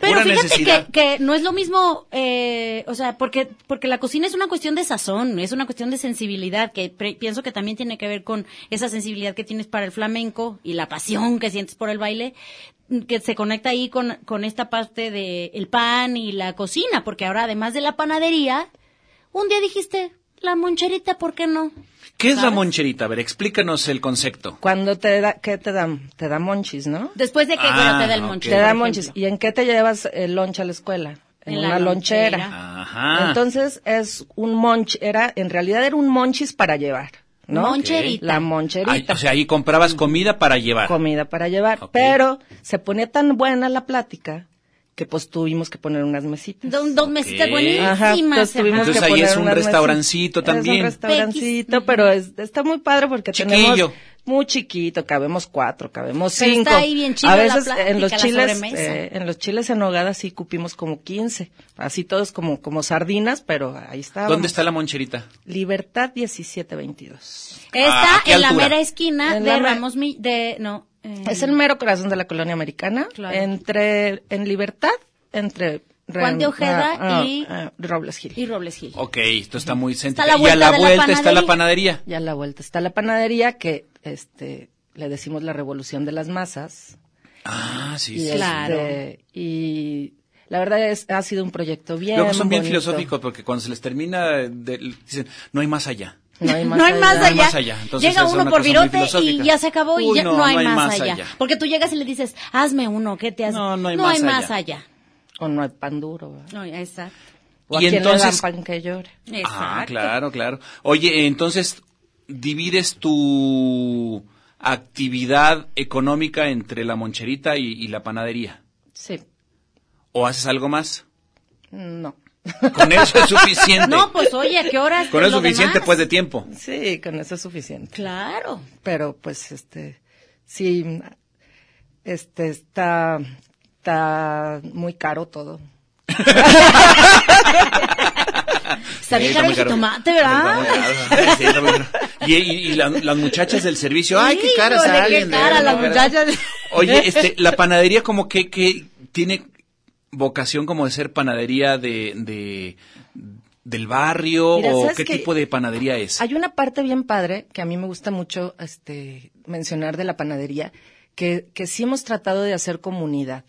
Pero Pura fíjate necesidad. que, que no es lo mismo, eh, o sea, porque, porque la cocina es una cuestión de sazón, es una cuestión de sensibilidad, que pre- pienso que también tiene que ver con esa sensibilidad que tienes para el flamenco y la pasión que sientes por el baile, mm, que se conecta ahí con, con esta parte de el pan y la cocina, porque ahora además de la panadería, un día dijiste, la moncherita, ¿por qué no? ¿Qué es la moncherita? A ver, explícanos el concepto. Cuando te da, ¿qué te dan? Te da monchis, ¿no? Después de que, Ah, bueno, te da el ok. monche. Te por da ejemplo. monchis. ¿Y en qué te llevas el lonche a la escuela? En, En la una lonchera. lonchera. Ajá. Entonces es un monch, era, en realidad era un monchis para llevar, ¿no? Moncherita. La Ay, moncherita. o sea, ahí comprabas comida para llevar. comida para llevar. Pero se ponía tan buena la plática que pues tuvimos que poner unas mesitas. Dos, dos mesitas Ok. buenísimas. Ajá, entonces tuvimos Entonces que ahí poner es un unas mesitas. restaurancito Es también. un restaurancito, pero es- está muy padre porque Chiquillo. tenemos muy chiquito, cabemos cuatro, cabemos Pero cinco. está ahí bien chido a la veces plática, en los la chiles, sobremesa. eh, en los chiles en hogada sí cupimos como 15, así todos como como sardinas, pero ahí está. ¿Dónde está la moncherita? Libertad 1722. Está ¿A qué en la Ah, altura? mera esquina En de la me- Ramos Mi- de no. eh, Es el mero corazón de la colonia americana, Claro. entre en Libertad, entre ah, Juan de Ojeda y- Robles Gil. y Robles Gil. Ok, esto está muy a la central. Y a vuelta la de la vuelta está la panadería. panadería. Y a la vuelta está la panadería que este le decimos la revolución de las masas. Ah, sí, Y, sí. Claro. este, y la verdad es ha sido un proyecto bien Luego son bien bonito. filosóficos porque cuando se les termina, de- dicen, no hay más allá. Ah, No [laughs] hay más, no hay más allá. allá. más allá. Entonces, Llega es uno una por cosa muy virote y filosófica. ya se acabó y Uy, ya no, no, hay, más, allá. Porque tú llegas y le dices, hazme uno, ¿qué te hace? No, no hay más allá. O no hay pan duro. ¿verdad? No, exacto. O a Y quién le entonces- dan pan que llore. exacto. Ah, claro, claro. Oye, entonces, divides tu actividad económica entre la moncherita y, y la panadería. Sí. ¿O haces algo más? No. Con eso es suficiente. No, pues oye, ¿a qué horas? Con eso es suficiente, pues, de ti. tiempo. Sí, con eso es suficiente. Claro. Pero pues este sí este está está muy caro todo. Está bien Sí, caro el muy jitomate, ¿verdad? Está muy [laughs] caro. Sí, está muy caro. Y, y- y la- las muchachas del servicio, ay, qué caras Híjole, salen, qué de cara verdad, las de verdad. [laughs] muchachas. [laughs] Oye, este, la panadería como que, que tiene vocación como de ser panadería de, de del barrio Mira, o ¿sabes qué qué? tipo de panadería es. Hay una parte bien padre que a mí me gusta mucho este, mencionar de la panadería, que, que sí hemos tratado de hacer comunidad.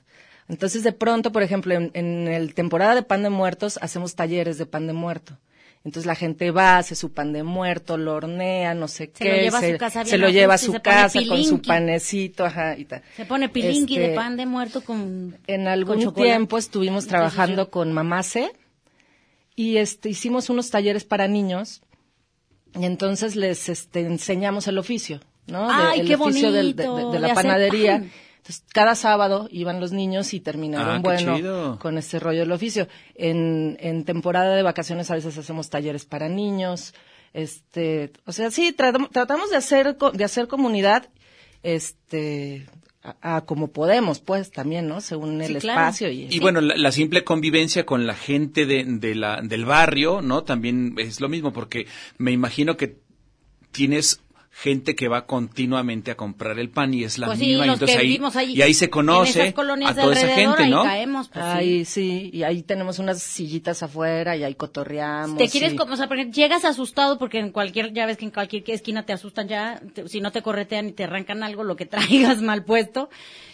Entonces, de pronto, por ejemplo, en, en el temporada de pan de muertos, hacemos talleres de pan de muerto. Entonces la gente va, hace su pan de muerto, lo hornea, no sé Se qué, lo lleva a su casa bien se lo a lleva a gusto y su se pone casa con su pilinqui. panecito, ajá, y tal. Se pone pilingui Este, de pan de muerto con en con algún chocolate. tiempo estuvimos trabajando con Mamase y este hicimos unos talleres para niños y entonces les este, enseñamos el oficio, ¿no? Ay, el qué oficio del- bonito, de, de de la hacer panadería. pan. Entonces, cada sábado iban los niños y Ah, terminaron qué bueno chido. con este rollo del oficio. En, en temporada de vacaciones a veces hacemos talleres para niños. Este, o sea, sí, tratam- tratamos de hacer, co- de hacer comunidad, este, a, a como podemos, pues, también, ¿no? Según Sí, el claro. espacio y, Y bueno, la, la simple convivencia con la gente de, de la, del barrio, ¿no? También es lo mismo, porque me imagino que tienes gente que va continuamente a comprar el pan y es la Pues sí, misma y los entonces que ahí, vivimos ahí y ahí se en conoce esas colonias a de toda esa alrededor, gente, ¿no? Ahí caemos, pues, sí. Ay, sí, y ahí tenemos unas sillitas afuera y ahí cotorreamos. Te quieres, y- como, o sea, por ejemplo, llegas asustado porque en cualquier, ya ves que en cualquier esquina te asustan ya, te- si no te corretean y te arrancan algo, lo que [laughs] traigas mal puesto.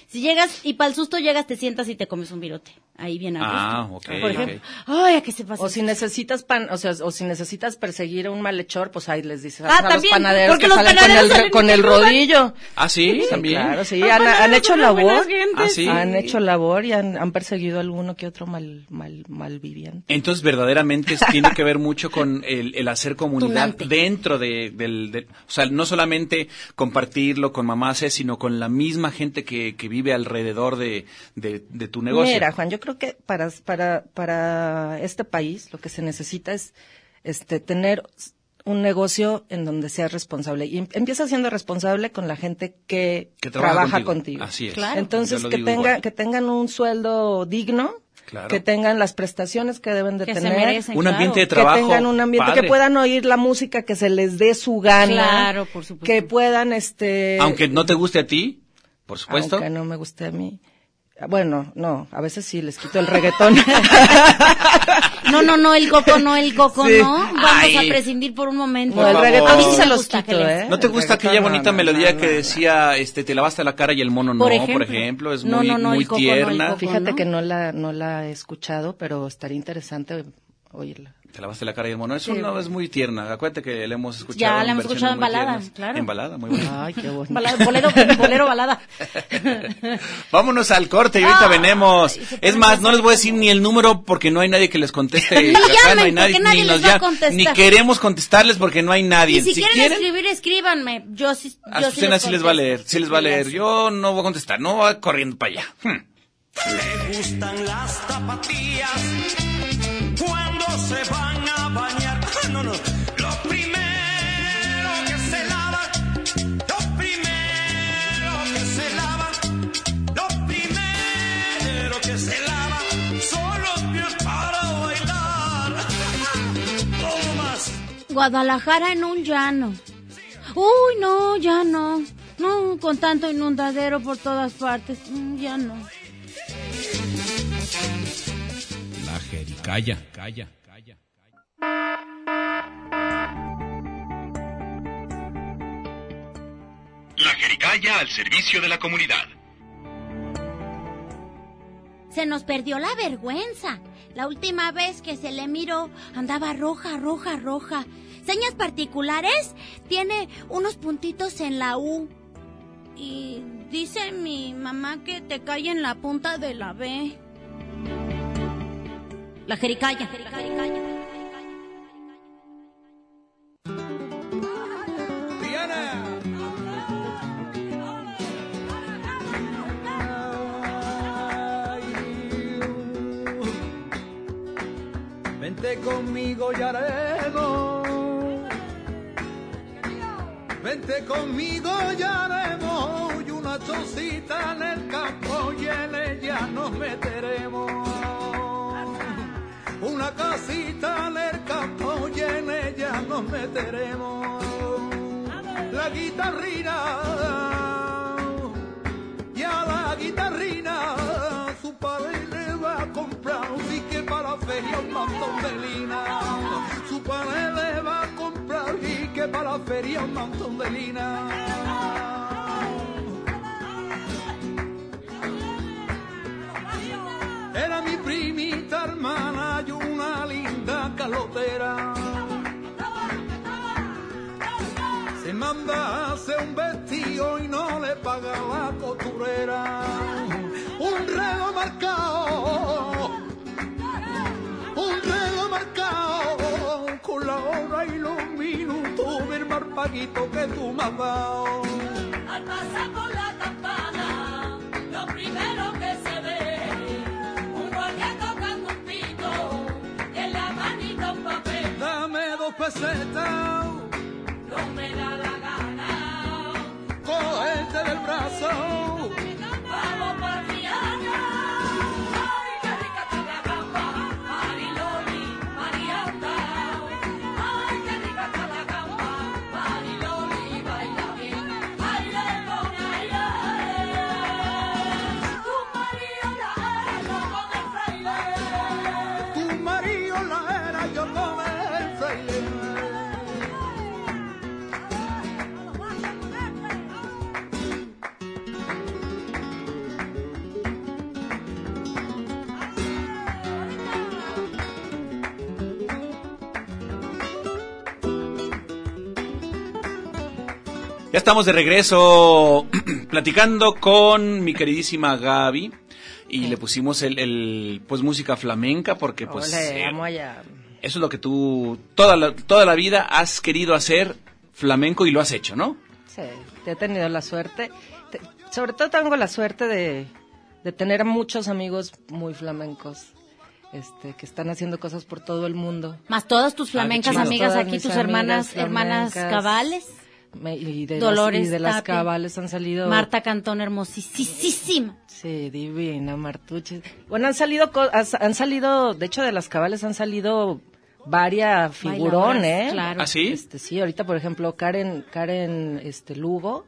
Si llegas y para el susto llegas, te sientas y te comes un virote. Ahí viene a Ah, gusto. ok, Por ejemplo, ok. ay, ¿a qué se pasa? O si necesitas pan, o sea, o si necesitas perseguir a un malhechor, pues ahí les dices Ah, a los también, panaderos porque que los salen panaderos con el, salen con bien el rudos. rodillo. Ah, sí, también. Claro, sí, Los han, panaderos han hecho son unas labor. buenas gentes. Ah, sí. Han hecho labor y han, han perseguido alguno que otro mal, mal, mal viviente. Entonces, verdaderamente es- tiene que ver mucho con el, el hacer comunidad Tunante. dentro de, del, del- O sea, no solamente compartirlo con mamás, eh, sino con la misma gente que, que vive alrededor de, de, de tu negocio. Mira, Juan, yo creo que para, para, para este país lo que se necesita es este, tener un negocio en donde seas responsable. Y em- empieza siendo responsable con la gente que, Que trabaja trabaja contigo. contigo. Así es. Claro. Entonces, Yo lo que, digo tenga, igual. que tengan un sueldo digno Claro. que tengan las prestaciones que deben de Que se tener, merecen, Un claro. ambiente de trabajo que tengan un ambiente padre. que puedan oír la música que se les dé su gana, Claro, por supuesto. que puedan este Aunque no te guste a ti, por supuesto. aunque no me guste a mí. Bueno, no, a veces sí les quito el [laughs] reggaetón. No, no, no, el coco no, el [laughs] coco Sí. no. Vamos Ay. a prescindir por un momento. Por No, el favor. reggaetón A mí sí sí me se los gusta, quito, Ángeles. ¿No te gusta aquella bonita melodía que decía, este, te lavaste la cara y el mono no, Por por ejemplo. ejemplo? es No, muy, no, no, muy el coco no, el tierna. coco. Fíjate ¿no? que no la no la he escuchado, pero estaría interesante oírla. Te lavaste la cara y el mono. Eso Sí. no es muy tierna. Acuérdate que la hemos escuchado. Ya en la hemos versiones escuchado en muy balada, tiernas. claro. En balada, muy buena. Ay, qué bonito. Balada, bolero, bolero balada. Vámonos al corte y ahorita Ah, venemos. y se Es pone más, más no les voy a decir ni el número porque no hay nadie que les [laughs] conteste. Ni Acá no llamen, hay nadie, porque nadie ni les va nos a llaman, contestar. Ni queremos contestarles porque no hay nadie. Y si, quieren, escribir, escríbanme. Yo sí, yo sí Azucena les sí les va a contesto. leer, sí les va a leer. Yo no voy a contestar, no voy corriendo para allá. Hmm. Le gustan las tapatías cuando se van a bañar. Ah, No, no, lo primero que se lava, lo primero que se lava, lo primero que se lava son los pies para bailar. ¿Cómo más? Guadalajara en un llano. Uy, no, ya no. No, con tanto inundadero por todas partes. Mm, Ya no. La jericaya. Calla. La Jericaya al servicio de la comunidad. Se nos perdió la vergüenza. La última vez que se le miró andaba roja, roja, roja. Señas particulares, tiene unos puntitos en la U. Y dice mi mamá que te cae en la punta de la B. La jericaya. Vente conmigo, Yaremo. Vente conmigo, Yaremo. Y una tosita en el campo y en ella nos meteremos. Una casita en el campo y en ella nos meteremos. La guitarrina. Y a la guitarrina su padre le va a comprar un ticket para la feria un montón de lina. Su padre le va a comprar un ticket para la feria un montón de lina. Era mi primita hermana y una linda calotera. Se manda hace un vestido y no le paga la costurera. Un reloj marcado. Un reloj marcado con la hora y los minutos del marpaguito que tú me has dado. Al pasar por la campana, lo primero que se ve, un guardia tocando un pito, y en la manita un papel, Dame dos pesetas, no me da la gana, cogerte del brazo. vamos pa' Triana. Ay, qué rica está la gamba, Mariloli, Marianda. Ay, qué rica está la gamba, Mariloli, baila bien, baile con aire. Tu marido la era, yo Tu marido la era, yo con el fraile. con el fraile. Ya estamos de regreso [clears throat] platicando con mi queridísima Gaby y le pusimos el, el, pues música flamenca porque pues Ole, eh, amo allá. eso es lo que tú toda la, toda la vida has querido hacer flamenco y lo has hecho, ¿no? Sí, he tenido la suerte. Te- sobre todo tengo la suerte de, de tener muchos amigos muy flamencos este, que están haciendo cosas por todo el mundo. Más todas tus flamencas Más amigas todas aquí, mis tus amigas hermanas, hermanas flamencas. cabales. Me- y de Dolores las, y de las Tapia. cabales han salido... Marta Cantón hermosísima. Sí, divina, Martuche. Bueno, han salido, co- has- han salido, de hecho, de las cabales han salido varias figurones. ¿eh? ¿Ah, sí? Este, sí, ahorita, por ejemplo, Karen, Karen este, Lugo,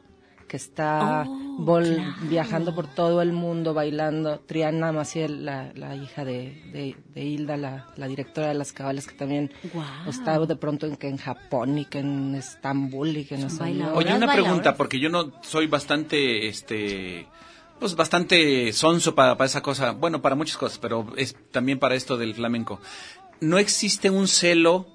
que está Oh, vol- viajando por todo el mundo bailando. Triana Maciel, la, la hija de, de- de Hilda, la, la directora de las cabales, que también Guau. está de pronto en, que en Japón y que en Estambul y que no sé. dónde. Oye, una pregunta, porque yo no soy bastante, este, pues bastante sonso para, para esa cosa, bueno, para muchas cosas, pero es también para esto del flamenco. ¿No existe un celo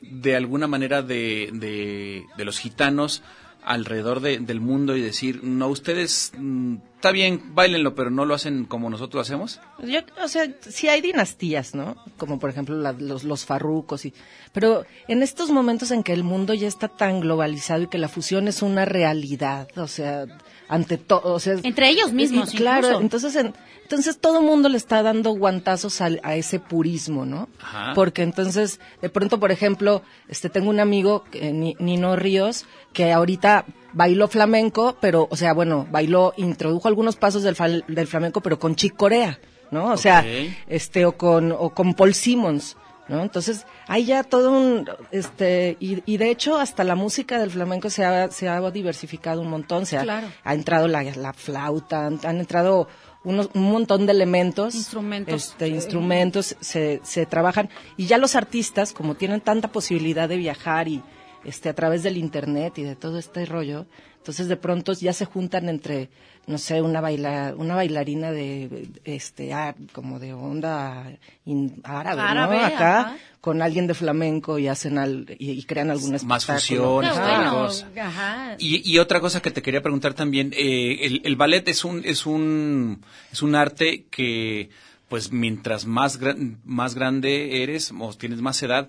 de alguna manera de, de, de los gitanos alrededor de- del mundo y decir, no, ustedes, mm, está bien, bailenlo, pero no lo hacen como nosotros lo hacemos? Yo, o sea, sí hay dinastías, ¿no? Como por ejemplo la- los, los farrucos y... Pero en estos momentos en que el mundo ya está tan globalizado y que la fusión es una realidad, o sea, ante todo, o sea... Entre ellos mismos, y- Claro, incluso. entonces en- entonces todo el mundo le está dando guantazos al- a ese purismo, ¿no? Ajá. Porque entonces, de pronto, por ejemplo, este tengo un amigo, eh, Ni- Nino Ríos, que ahorita bailó flamenco, pero, o sea, bueno, bailó, introdujo algunos pasos del, fal- del flamenco, pero con Chick Corea, ¿no? O sea, este, o con, o con Paul Simmons, ¿no? Entonces, hay ya todo un, este, y, y de hecho, hasta la música del flamenco se ha, se ha diversificado un montón, o sea, Claro. ha entrado la, la flauta, han, han entrado unos, un montón de elementos. Instrumentos. eh, Este, instrumentos se, se trabajan. Y ya los artistas, como tienen tanta posibilidad de viajar y este, a través del internet y de todo este rollo, entonces de pronto ya se juntan entre, no sé, una, baila, una bailarina de, este, ah, como de onda in- árabe, ¿no? Árabe, Acá, ajá. con alguien de flamenco y hacen al, y, y crean algunas Más fusiones, Qué otra Ah, bueno, cosa. ajá. Y, y otra cosa que te quería preguntar también, eh, el, el ballet es un es un es un arte que pues mientras más gran- más grande eres o tienes más edad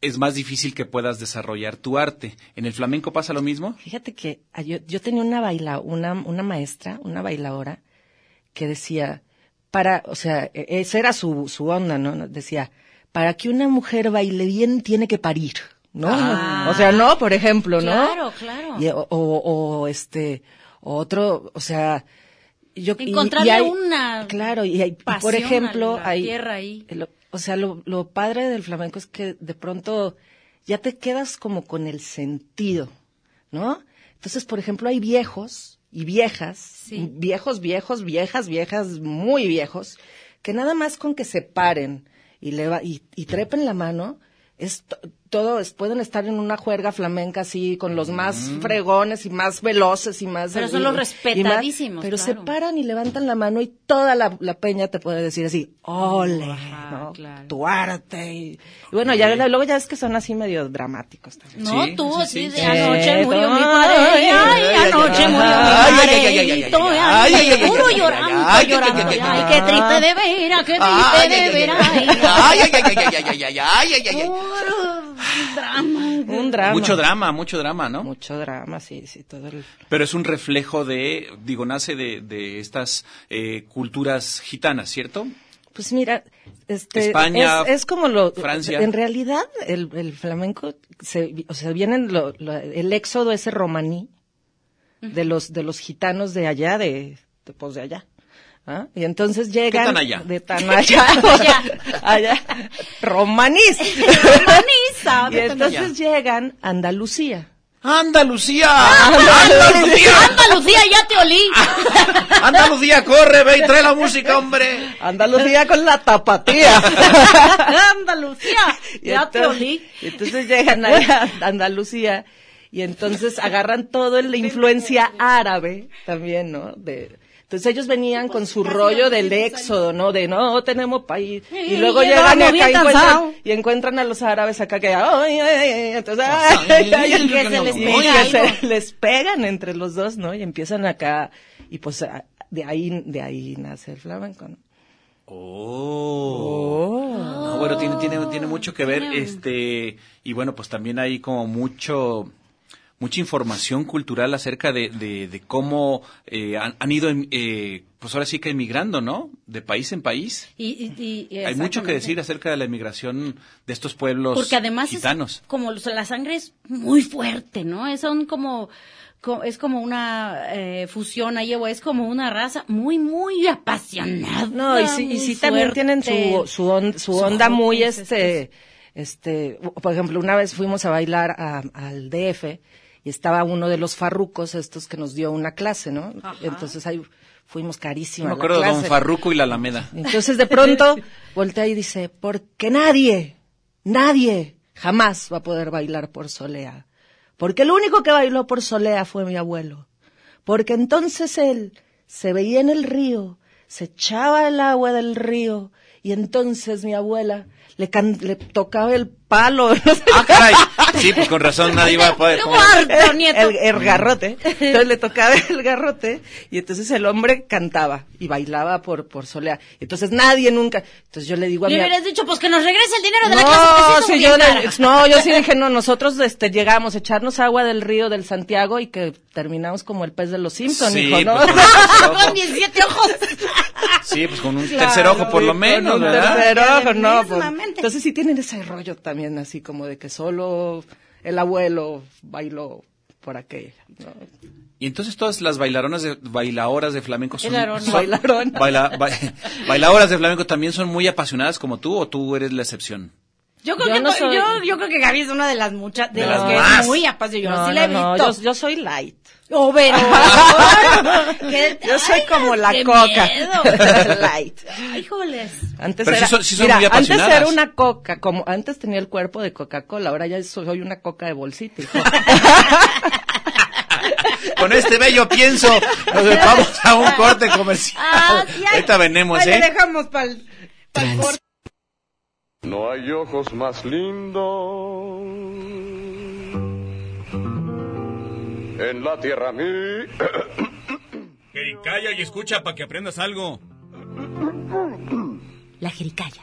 es más difícil que puedas desarrollar tu arte. En el flamenco pasa lo mismo. Fíjate que ah, yo, yo tenía una baila, una, una maestra, una bailadora, que decía, para, o sea, e- esa era su, su onda, ¿no? Decía, para que una mujer baile bien tiene que parir, ¿no? Ah. O sea, no, por ejemplo, ¿no? Claro, claro. Y- o, o- o, este, otro, o sea, yo y- y Encontrarle hay- una Claro, y hay, y por pasión ejemplo, a la hay, tierra ahí. lo- o sea, lo, lo padre del flamenco es que de pronto ya te quedas como con el sentido, ¿no? Entonces, por ejemplo, hay viejos y viejas, viejos, viejos, viejas, viejas, muy viejos, que nada más con que se paren y, leva- y, y trepen la mano, es to- todo, es- pueden estar en una juerga flamenca así, con los más fregones y más veloces y más... Mm. Pero y- son los y más, respetadísimos, pero se claro. paran y levantan la mano y toda la, la peña te puede decir así, ole, ¿no? tu arte. Y, y bueno, ya luego ya es que son así medio dramáticos también. No, tú, sí, de sí. anoche Eh, murió mi ay, padre. Ay, ay, ay, anoche ay, murió ay, mi ay, ay, ay, padre. ay, y todo, ay, ay, ay, ay, puro ay, llorando, ay, ay, llorando. ay, ay, Ay, ay, qué ay, triste ay, de veras, qué ay, triste de veras. Ay, ay, ay, ay, ay, ay, ay, ay, ay, ay, ay. Puro drama. Un drama. Mucho drama, mucho drama, ¿no? Mucho drama, sí, sí, todo el... Pero es un reflejo de, digo, nace de, de estas eh, culturas gitanas, ¿cierto? Pues mira, este, España, es, es como lo... Francia. En realidad, el, el flamenco, se, o sea, vienen lo- lo- el éxodo ese romaní de los, de los gitanos de allá, de, de, pues de allá. ¿ah? Y entonces llegan... tan allá? De [laughs] tan allá. allá. [laughs] Romanís. Romaniza. [laughs] y entonces llegan a Andalucía. ¡Andalucía! Ah, ¡Andalucía! Andalucía, ya te olí. Ah. Andalucía, corre, ve y trae la música, hombre. Andalucía con la tapatía. [laughs] Andalucía, Y ya te entonces- olí. y entonces llegan [laughs] allá a Andalucía y entonces agarran todo la influencia árabe también, ¿no? De, entonces ellos venían con su rollo del éxodo, ¿no? De no tenemos país. Y Y luego llegamos llegan acá y bien cansados. encuentran, y encuentran a los árabes acá que, ay, ay, ay, entonces, Ah, ay, ay, Y que se les y pega que se algo. les pegan entre los dos, ¿no? Y empiezan acá, y pues a- de ahí, de ahí nace el flamenco, ¿no? Oh. Ah, No, bueno, tiene, tiene, tiene mucho que ver, este, y bueno, pues también hay como mucho, mucha información cultural acerca de, de, de cómo eh, han, han ido, em- eh, pues ahora sí que emigrando, ¿no? De país en país. Y, y- y- y Hay mucho que exactamente. decir acerca de la emigración de estos pueblos Porque además es gitanos. como los- la sangre es muy fuerte, ¿no? Es son como co- es como una eh, fusión ahí o es como una raza muy muy apasionada. [laughs] No, y sí, y muy sí también fuerte. tienen su, su, on- su Su onda muy, hobbies, este, este, u- por ejemplo, una vez fuimos a bailar a- al DF y estaba uno de los farrucos estos que nos dio una clase, ¿no? Entonces ahí fuimos carísima Me la acuerdo de Don clase. Farruco y la Alameda. Entonces de pronto voltea y dice, porque nadie, nadie jamás va a poder bailar por solea. Porque el único que bailó por solea fue mi abuelo. Porque entonces él se veía en el río, se echaba el agua del río y entonces mi abuela le, can- le tocaba el palo. [laughs] no sé. Ah, Sí, pues con razón nadie iba a poder. [laughs] El- El, el garrote. Entonces le tocaba el garrote y entonces el hombre cantaba y bailaba por, por solea. Entonces nadie nunca. Entonces yo le digo a mi Le ab- hubieras dicho pues que nos regrese el dinero de la clase. no, porque sí sí, estuvo yo bien le- cara. no, yo sí dije, no, nosotros este, llegamos, echarnos agua del río del Santiago y que terminamos como el pez de los Simpsons, Sí, hijo, ¿no? [laughs] pues, con razón. Con 17 ojos. Sí, pues con un Claro, tercer ojo por sí, lo con menos, un ¿verdad? tercer ojo, no, pues. Mismamente. entonces sí tienen ese rollo también, así como de que solo el abuelo bailó por aquella. ¿no? Y entonces todas las bailaronas de, bailaoras de flamenco son, Bailaronas. son- Bailaronas. baila- ba- [laughs] bailaoras de flamenco también son muy apasionadas como tú o tú eres la excepción. Yo creo Yo que no to- soy- yo, yo creo que Gaby es una de las muchas de, De las las que más. es muy apasionada. No, sí la he no, no, visto. yo, yo soy light. Oh, [laughs] pero- [laughs] ¿Qué- Yo soy ay, como la qué coca. miedo. [laughs] light. Híjoles. Antes Pero sí era, son- sí son mira, muy antes apasionadas. era una coca, como antes tenía el cuerpo de Coca-Cola, ahora ya soy una coca de bolsita. [laughs] hijo. Con este bello pienso, [laughs] nos vamos a un corte comercial. Ah, Ah, Ahorita venemos, ¿eh? dejamos para No hay ojos más lindos en la tierra mí. Hey, calla y escucha para que aprendas algo. La jericaya.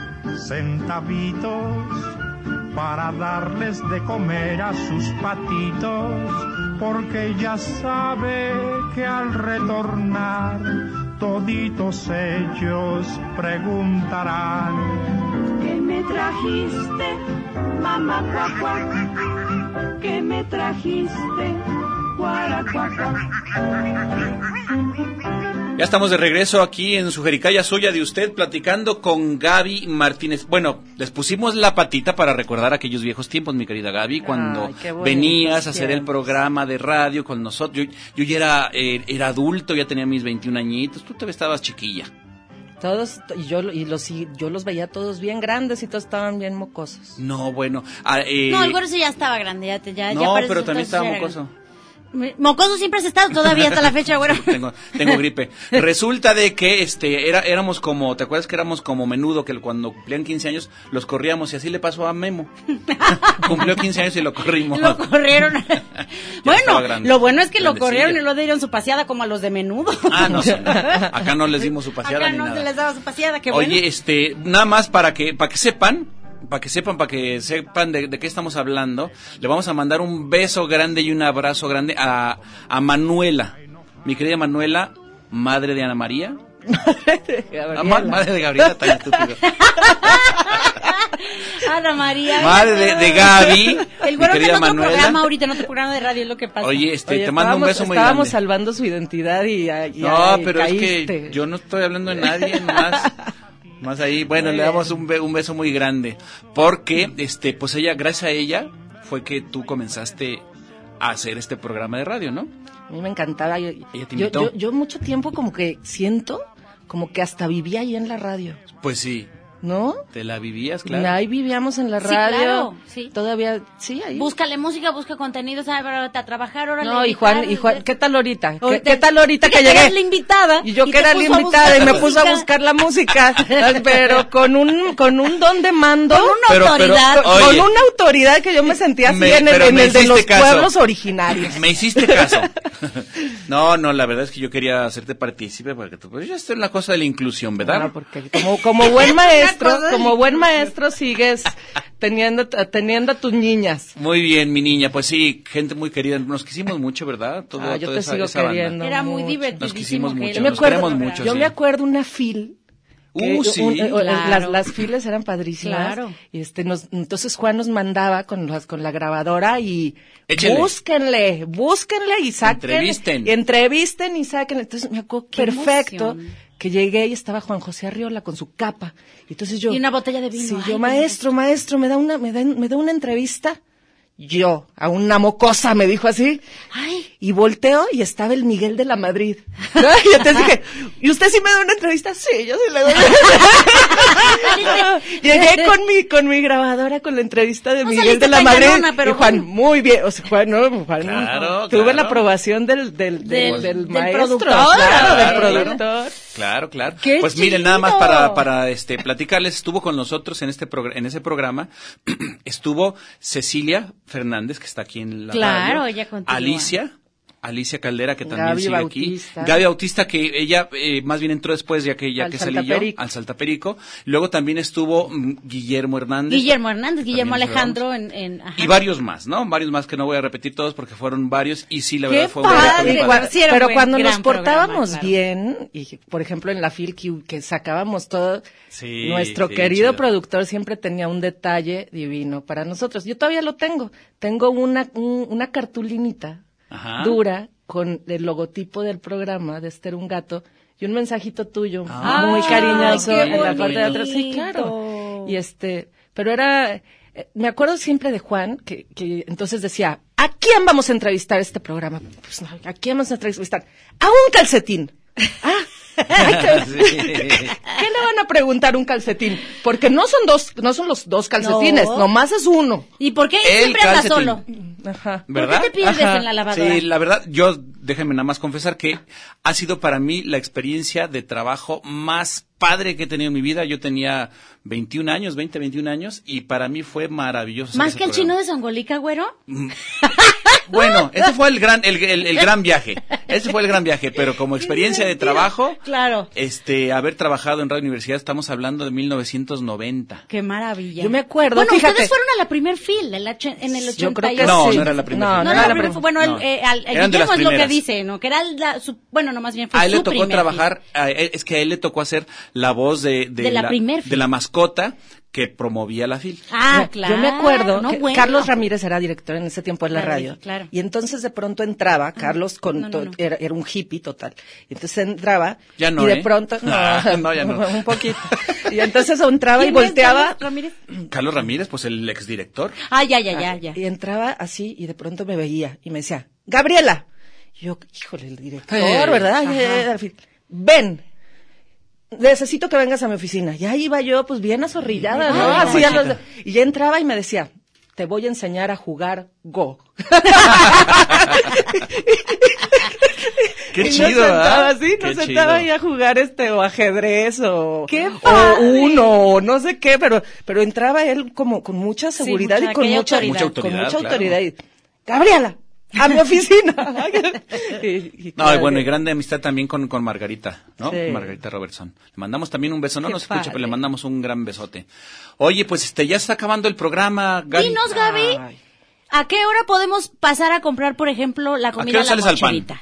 centavitos para darles de comer a sus patitos, porque ya sabe que al retornar toditos ellos preguntarán. Que me trajiste, mamá cuacuá, que me trajiste, guaracuacuá. Ya estamos de regreso aquí en su jericaya suya de usted, platicando con Gaby Martínez. Bueno, les pusimos la patita para recordar aquellos viejos tiempos, mi querida Gaby, cuando Ay, qué bonitos venías a hacer el tiempos. programa de radio con nosotros. Yo, yo ya era, eh, era adulto, ya tenía mis 21 añitos, tú todavía estabas chiquilla. Todos, y yo, y los, y yo los veía todos bien grandes y todos estaban bien [laughs] mocosos. No, bueno. ah, eh, No, el gordo ya estaba grande, ya te- ya, ya no, para pero esos también entonces estaba ya era mocoso. grande. Mocoso siempre has estado todavía [laughs] hasta la fecha, güero. Tengo, tengo gripe. Resulta de que este era, éramos como, ¿te acuerdas que éramos como menudo que cuando cumplían 15 años los corríamos y así le pasó [laughs] a Memo? Cumplió 15 años y lo [laughs] corrimos. Lo [laughs] corrieron. estaba bueno, grande. lo bueno es que lo Grandecillo. corrieron y lo dieron su paseada como a los de menudo. [laughs] Ah, no, sí, no. acá no les dimos su paseada Acá ni no nada. se les daba su paseada, qué Oye, bueno. este, nada más para que, para que sepan, para que sepan, para que sepan de, de qué estamos hablando, le vamos a mandar un beso grande y un abrazo grande a, a Manuela, mi querida Manuela, madre de Ana María. Ah, ma- madre de Gabriela, tan estúpido. Ana María. Madre de- de Gaby, El mi güero querida está en otro Manuela. programa ahorita, en otro programa de radio, es lo que pasa. Oye, este, te mando un estábamos- beso muy Estábamos grande. salvando su identidad y, ya- y No, ahí pero es que caíste. yo no estoy hablando de nadie más. Más ahí, bueno, Muy le damos un, be- un beso muy grande. Porque, este, pues ella, gracias a ella, fue que tú comenzaste a hacer este programa de radio, ¿no? A mí me encantaba. Yo, Ella te yo, invitó. yo- yo mucho tiempo como que siento como que hasta vivía ahí en la radio, Pues sí, ¿no? te la vivías, claro. Ahí vivíamos en la Sí, radio. claro, sí. Todavía, sí, ahí. Búscale música, busca contenido, sabe, ahorita a trabajar, órale. No, y Juan, y Juan, ¿qué tal ahorita? ¿Qué, Ahorita- qué tal ahorita que Fíjate, llegué? eres la invitada. Y yo y que te era la puso a invitada y buscar me puse a música. buscar la música, [laughs] pero con un con un don de mando, con una Pero- pero, autoridad. con, oye. una autoridad que yo me sentía así Me- en el, pero en me el de hiciste los caso. pueblos originarios. Me hiciste caso. [laughs] No, no, la verdad es que yo quería hacerte partícipe porque tú, pues ya está en la cosa de la inclusión, ¿verdad? No, porque como, como buen maestro, Una cosa de- como buen maestro sigues teniendo teniendo a tus niñas. Muy bien, mi niña. Pues sí, gente muy querida. Nos quisimos mucho, ¿verdad? Todo, Ah, yo toda te esa- sigo esa banda. queriendo Era muy mucho. divertidísimo. Nos quisimos que mucho, él- nos queremos mucho. Yo sí. me acuerdo una fil. que Uh, sí. eh, o- Claro. las, las files eran padrísimas. Claro. Y este, nos, entonces Juan nos mandaba con, las, con la grabadora y Échenle. búsquenle, búsquenle y saquen. Entrevisten. Y entrevisten y saquen. Entonces me acuerdo Qué perfecto emoción. que llegué y estaba Juan José Arriola con su capa. Y entonces yo. Y una botella de vino. Sí, Ay, yo, qué maestro, maestro, me da una, me da, me da una entrevista. Yo, a una mocosa, me dijo así. Ay, Y volteo y estaba el Miguel de la Madrid. ¿No? Y entonces dije, ¿y usted sí me da una entrevista? Sí, yo sí le doy. [laughs] Llegué con mi, con mi grabadora, con la entrevista de No Miguel saliste de la tan Madrid. ganona, pero y Juan, bueno. muy bien. O sea, Juan, no, Juan, Claro, tuve claro. la aprobación del, del, Del- del, del del maestro. productor. Claro, del Claro, claro. productor. Claro, claro. ¡Qué pues miren, nada más chido! para, para este, platicarles, estuvo con nosotros en, este progr- en ese programa, [clears throat] estuvo Cecilia Fernández, que está aquí en la Claro, radio. ella continúa. Alicia. Alicia Caldera, que también Gaby sigue Bautista. aquí. Gaby Bautista, que ella eh, más bien entró después, ya que, ya Al que salí yo, Saltaperico. al Saltaperico. Luego también estuvo mm, Guillermo Hernández. Guillermo Hernández, Guillermo También Alejandro en... en- ajá. Y varios más, ¿no? Varios más que no voy a repetir todos porque fueron varios y sí, la Qué verdad fue un reto muy padre. padre. Cua- Sí, era pero buen- cuando gran nos portábamos programa, claro. bien, y por ejemplo en la fil que, que sacábamos todo, Sí, nuestro sí, querido chido. productor siempre tenía un detalle divino para nosotros. Yo todavía lo tengo. Tengo una, un- una cartulinita Ajá. dura con el logotipo del programa de Esther Un Gato y un mensajito tuyo Ah, muy qué cariñoso bonito. en la parte de atrás. Sí, claro. Y este, pero era, eh, me acuerdo siempre de Juan que, que entonces decía, ¿a quién vamos a entrevistar este programa? Pues no, ¿a quién vamos a entrevistar? A un calcetín. Ah, ay, [laughs] qué- Sí. ¿Qué le van a preguntar a un calcetín? Porque no son dos, no son los dos calcetines, No. nomás es uno. ¿Y por qué El siempre anda calcetín. solo? Ajá. ¿Verdad? ¿Por qué te pierdes Ajá. en la lavadora? Sí, la verdad, yo déjenme nada más confesar que ha sido para mí la experiencia de trabajo más padre que he tenido en mi vida. Yo tenía 21 años, 20, 21 años, y para mí fue maravilloso. hacer Más ese que el chino programa. de Zongolica, güero. [laughs] Bueno, ese fue el gran, el, el- el gran viaje. Ese fue el gran viaje, pero como experiencia de trabajo, Claro. este, haber trabajado en Radio Universidad, estamos hablando de 1990. Qué maravilla. Yo me acuerdo, Bueno, fíjate. ustedes fueron a la primer fila el ocho- en el 88. Yo creo que No, sí. no era la primera. No, no No, no, era la la primera primera. fue- bueno, No. el, eh, al- el Eran de Guillermo las es lo que primeras. dice, ¿no? Que era la, su- bueno, no, más bien fue A él su le tocó primer trabajar, a él- es que a él le tocó hacer la voz de, De la primer de la mascota que promovía la fil. hit. Ah, No, claro. Yo me acuerdo No, que bueno. Carlos Ramírez era director en ese tiempo de la Claro, radio. claro. Ah, Y entonces de pronto entraba, Carlos con no, no, to- no. Era, era un hippie total. Y entonces entraba Ya no, y de ¿eh? [laughs] pronto no, [laughs] No, ya no. un poquito. Y entonces [laughs] entraba y ¿Quién es volteaba Carlos Ramírez? Carlos Ramírez, pues el exdirector. Ah, ya, ya, ya, ya. Y entraba así y de pronto me veía y me decía, Gabriela. Y Yo, híjole, el director, Eh, ¿verdad? Eh, [laughs] al fin, Ven. Necesito que vengas a mi oficina. Y ahí iba yo, pues bien azorrillada, ¿no? Ay, Así a los- mamachita. Y ya entraba y me decía, te voy a enseñar a jugar Go. Qué y chido, nos sentaba ¿verdad? así, nos sentaba Qué chido. ahí a jugar este, o ajedrez, o, ¡Qué o padre! uno, o no sé qué, pero, pero entraba él como con mucha Sí, seguridad mucha- y con aquella mucha, autoridad. Mucha autoridad, con mucha claro. autoridad. Y, Gabriela, a mi [laughs] oficina. [laughs] Y- y No, y claro bueno, y que- grande amistad también con, con Margarita, ¿no? Sí. Margarita Robertson. Le mandamos también un beso, no Qué nos escucha, pero padre. le mandamos un gran besote. Oye, pues este, ya está acabando el programa, Gaby. Dinos, Pues, Gaby, Ay. ¿a qué hora podemos pasar a comprar, por ejemplo, la qué comida hora a la sales al pan? mocherita?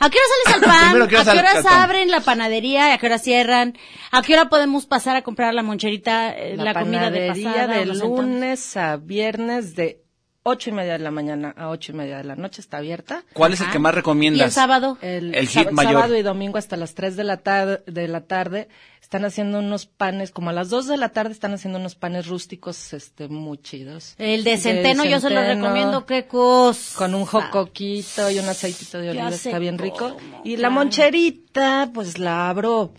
¿A qué hora [laughs] sales al pan? Primero, ¿a qué hora ¿A qué sales al horas pan? abren la panadería? ¿A qué hora cierran? ¿A qué hora podemos pasar a comprar la moncherita, eh, la, la, comida de panadería pasada? o de los entonces? lunes a viernes de ocho y media de la mañana a ocho y media de la noche está abierta. ¿Cuál es el Ajá. que más recomiendas? ¿Y el sábado? El, El sá- hit mayor. sábado y domingo hasta las 3 de la, tarde de la tarde están haciendo unos panes, como a las 2 de la tarde están haciendo unos panes rústicos este muy chidos. El de centeno, yo se lo centeno, recomiendo, qué cosa. Con un jocoquito y un aceitito de Ya oliva sé está bien rico. cómo, Y la claro. moncherita, pues la abro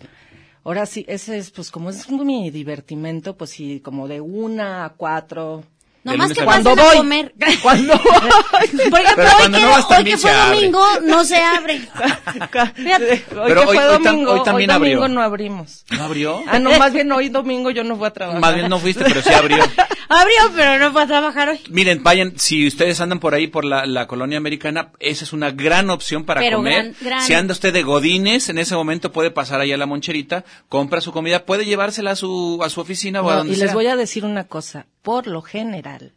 Ahora sí, ese es, pues como es mi divertimento, pues sí, como de una a [laughs] cuatro. No más que cuando voy. A comer. [laughs] Cuando voy. [laughs] Por ejemplo, Pero hoy, cuando que, no vas hoy también que fue se abre. domingo, [laughs] no se [laughs] abre. Fíjate. Hoy Pero que hoy- fue hoy tam- domingo, hoy también domingo abrió. no abrimos. ¿No abrió? Ah, no, más bien hoy domingo yo no voy a trabajar. Más bien no fuiste, pero sí [laughs] abrió. Abrió, pero no fue a trabajar hoy. Miren, vayan, si ustedes andan por ahí por la, la colonia americana, esa es una gran opción para Pero comer. gran, gran. Si anda usted de Godines, en ese momento puede pasar ahí a la moncherita, compra su comida, puede llevársela a su, a su oficina o a No, donde y les sea. voy a decir una cosa. Por lo general,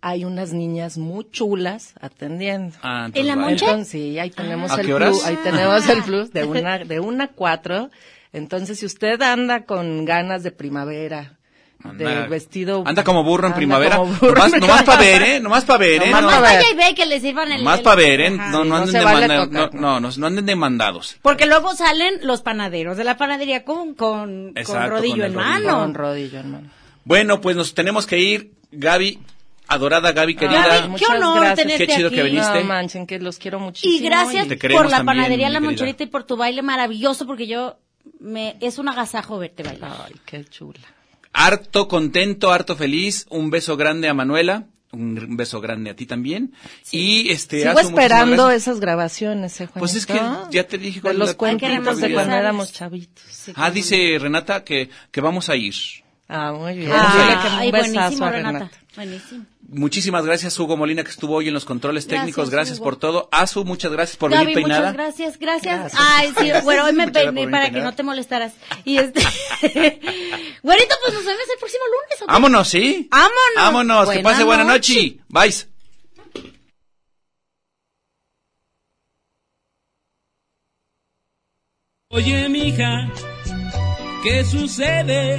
hay unas niñas muy chulas atendiendo. Ah, ¿En la vaya. Monche? Entonces, sí, ahí tenemos Ah. ¿A el qué horas? plus, ahí tenemos el plus de [laughs] una, de una a cuatro. Entonces, si usted anda con ganas de primavera, Anda- de vestido... Anda como burro en anda primavera. como burro nomás, en nomás para ver, primavera. ¿eh? Nomás para ver, ¿eh? Nomás No- pa' ver. Vaya y ve que le sirvan el. Nomás el- para ver, ¿eh? Ajá. No, no no anden, se vale demanda- tocar, no, no, no anden demandados. Porque luego salen los panaderos de la panadería con, con, Exacto, con con rodillo el en rodillo. mano. Con rodillo, hermano. Bueno, pues nos tenemos que ir, Gaby, adorada Gaby querida. Gaby, qué honor tenerte Qué chido aquí. que viniste. No manchen, que los quiero muchísimo. Y gracias Te queremos por la también, panadería mi La querida. Moncherita y por tu baile maravilloso, porque yo me es un agasajo verte bailar. Ay, qué chula. harto contento, harto feliz. Un beso grande a Manuela. Un beso grande a ti también. Y este. Sigo Azu, muchísimas esperando gracias. esas grabaciones, eh, Pues es que Juanito. ya te dije De cuando los la- Hay que cuentitos de remontar. cuando éramos chavitos. Ah, dice Renata que, que vamos a ir. Ah, muy bien. Ah, Dile que un ay, besazo buenísimo, a Renata. Renata. Buenísimo. Muchísimas gracias, Hugo Molina, que estuvo hoy en los controles Gracias, técnicos. Gracias Hugo. por todo. Azu, muchas gracias por Gaby, venir peinada. muchas gracias, gracias. Gracias. Ay, sí, bueno, hoy me Muchas gracias por peiné venir para que peinada. no te molestaras. Y este. [laughs] Güerito, pues nos vemos el próximo lunes. ¿o qué? Vámonos, ¿sí? Vámonos. Vámonos. que Buena pase buena noche. Bye. Oye, mija, ¿qué sucede?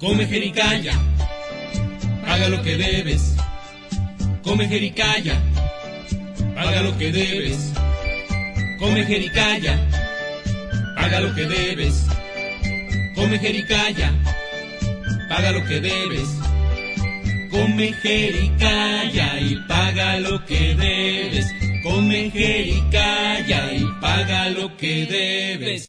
Come jericaya, paga lo que debes. Come jericaya, paga lo que debes. Come jericaya, paga lo que debes. Come jericaya paga lo que debes. Come jericaya y paga lo que debes. Come jericaya y paga lo que debes.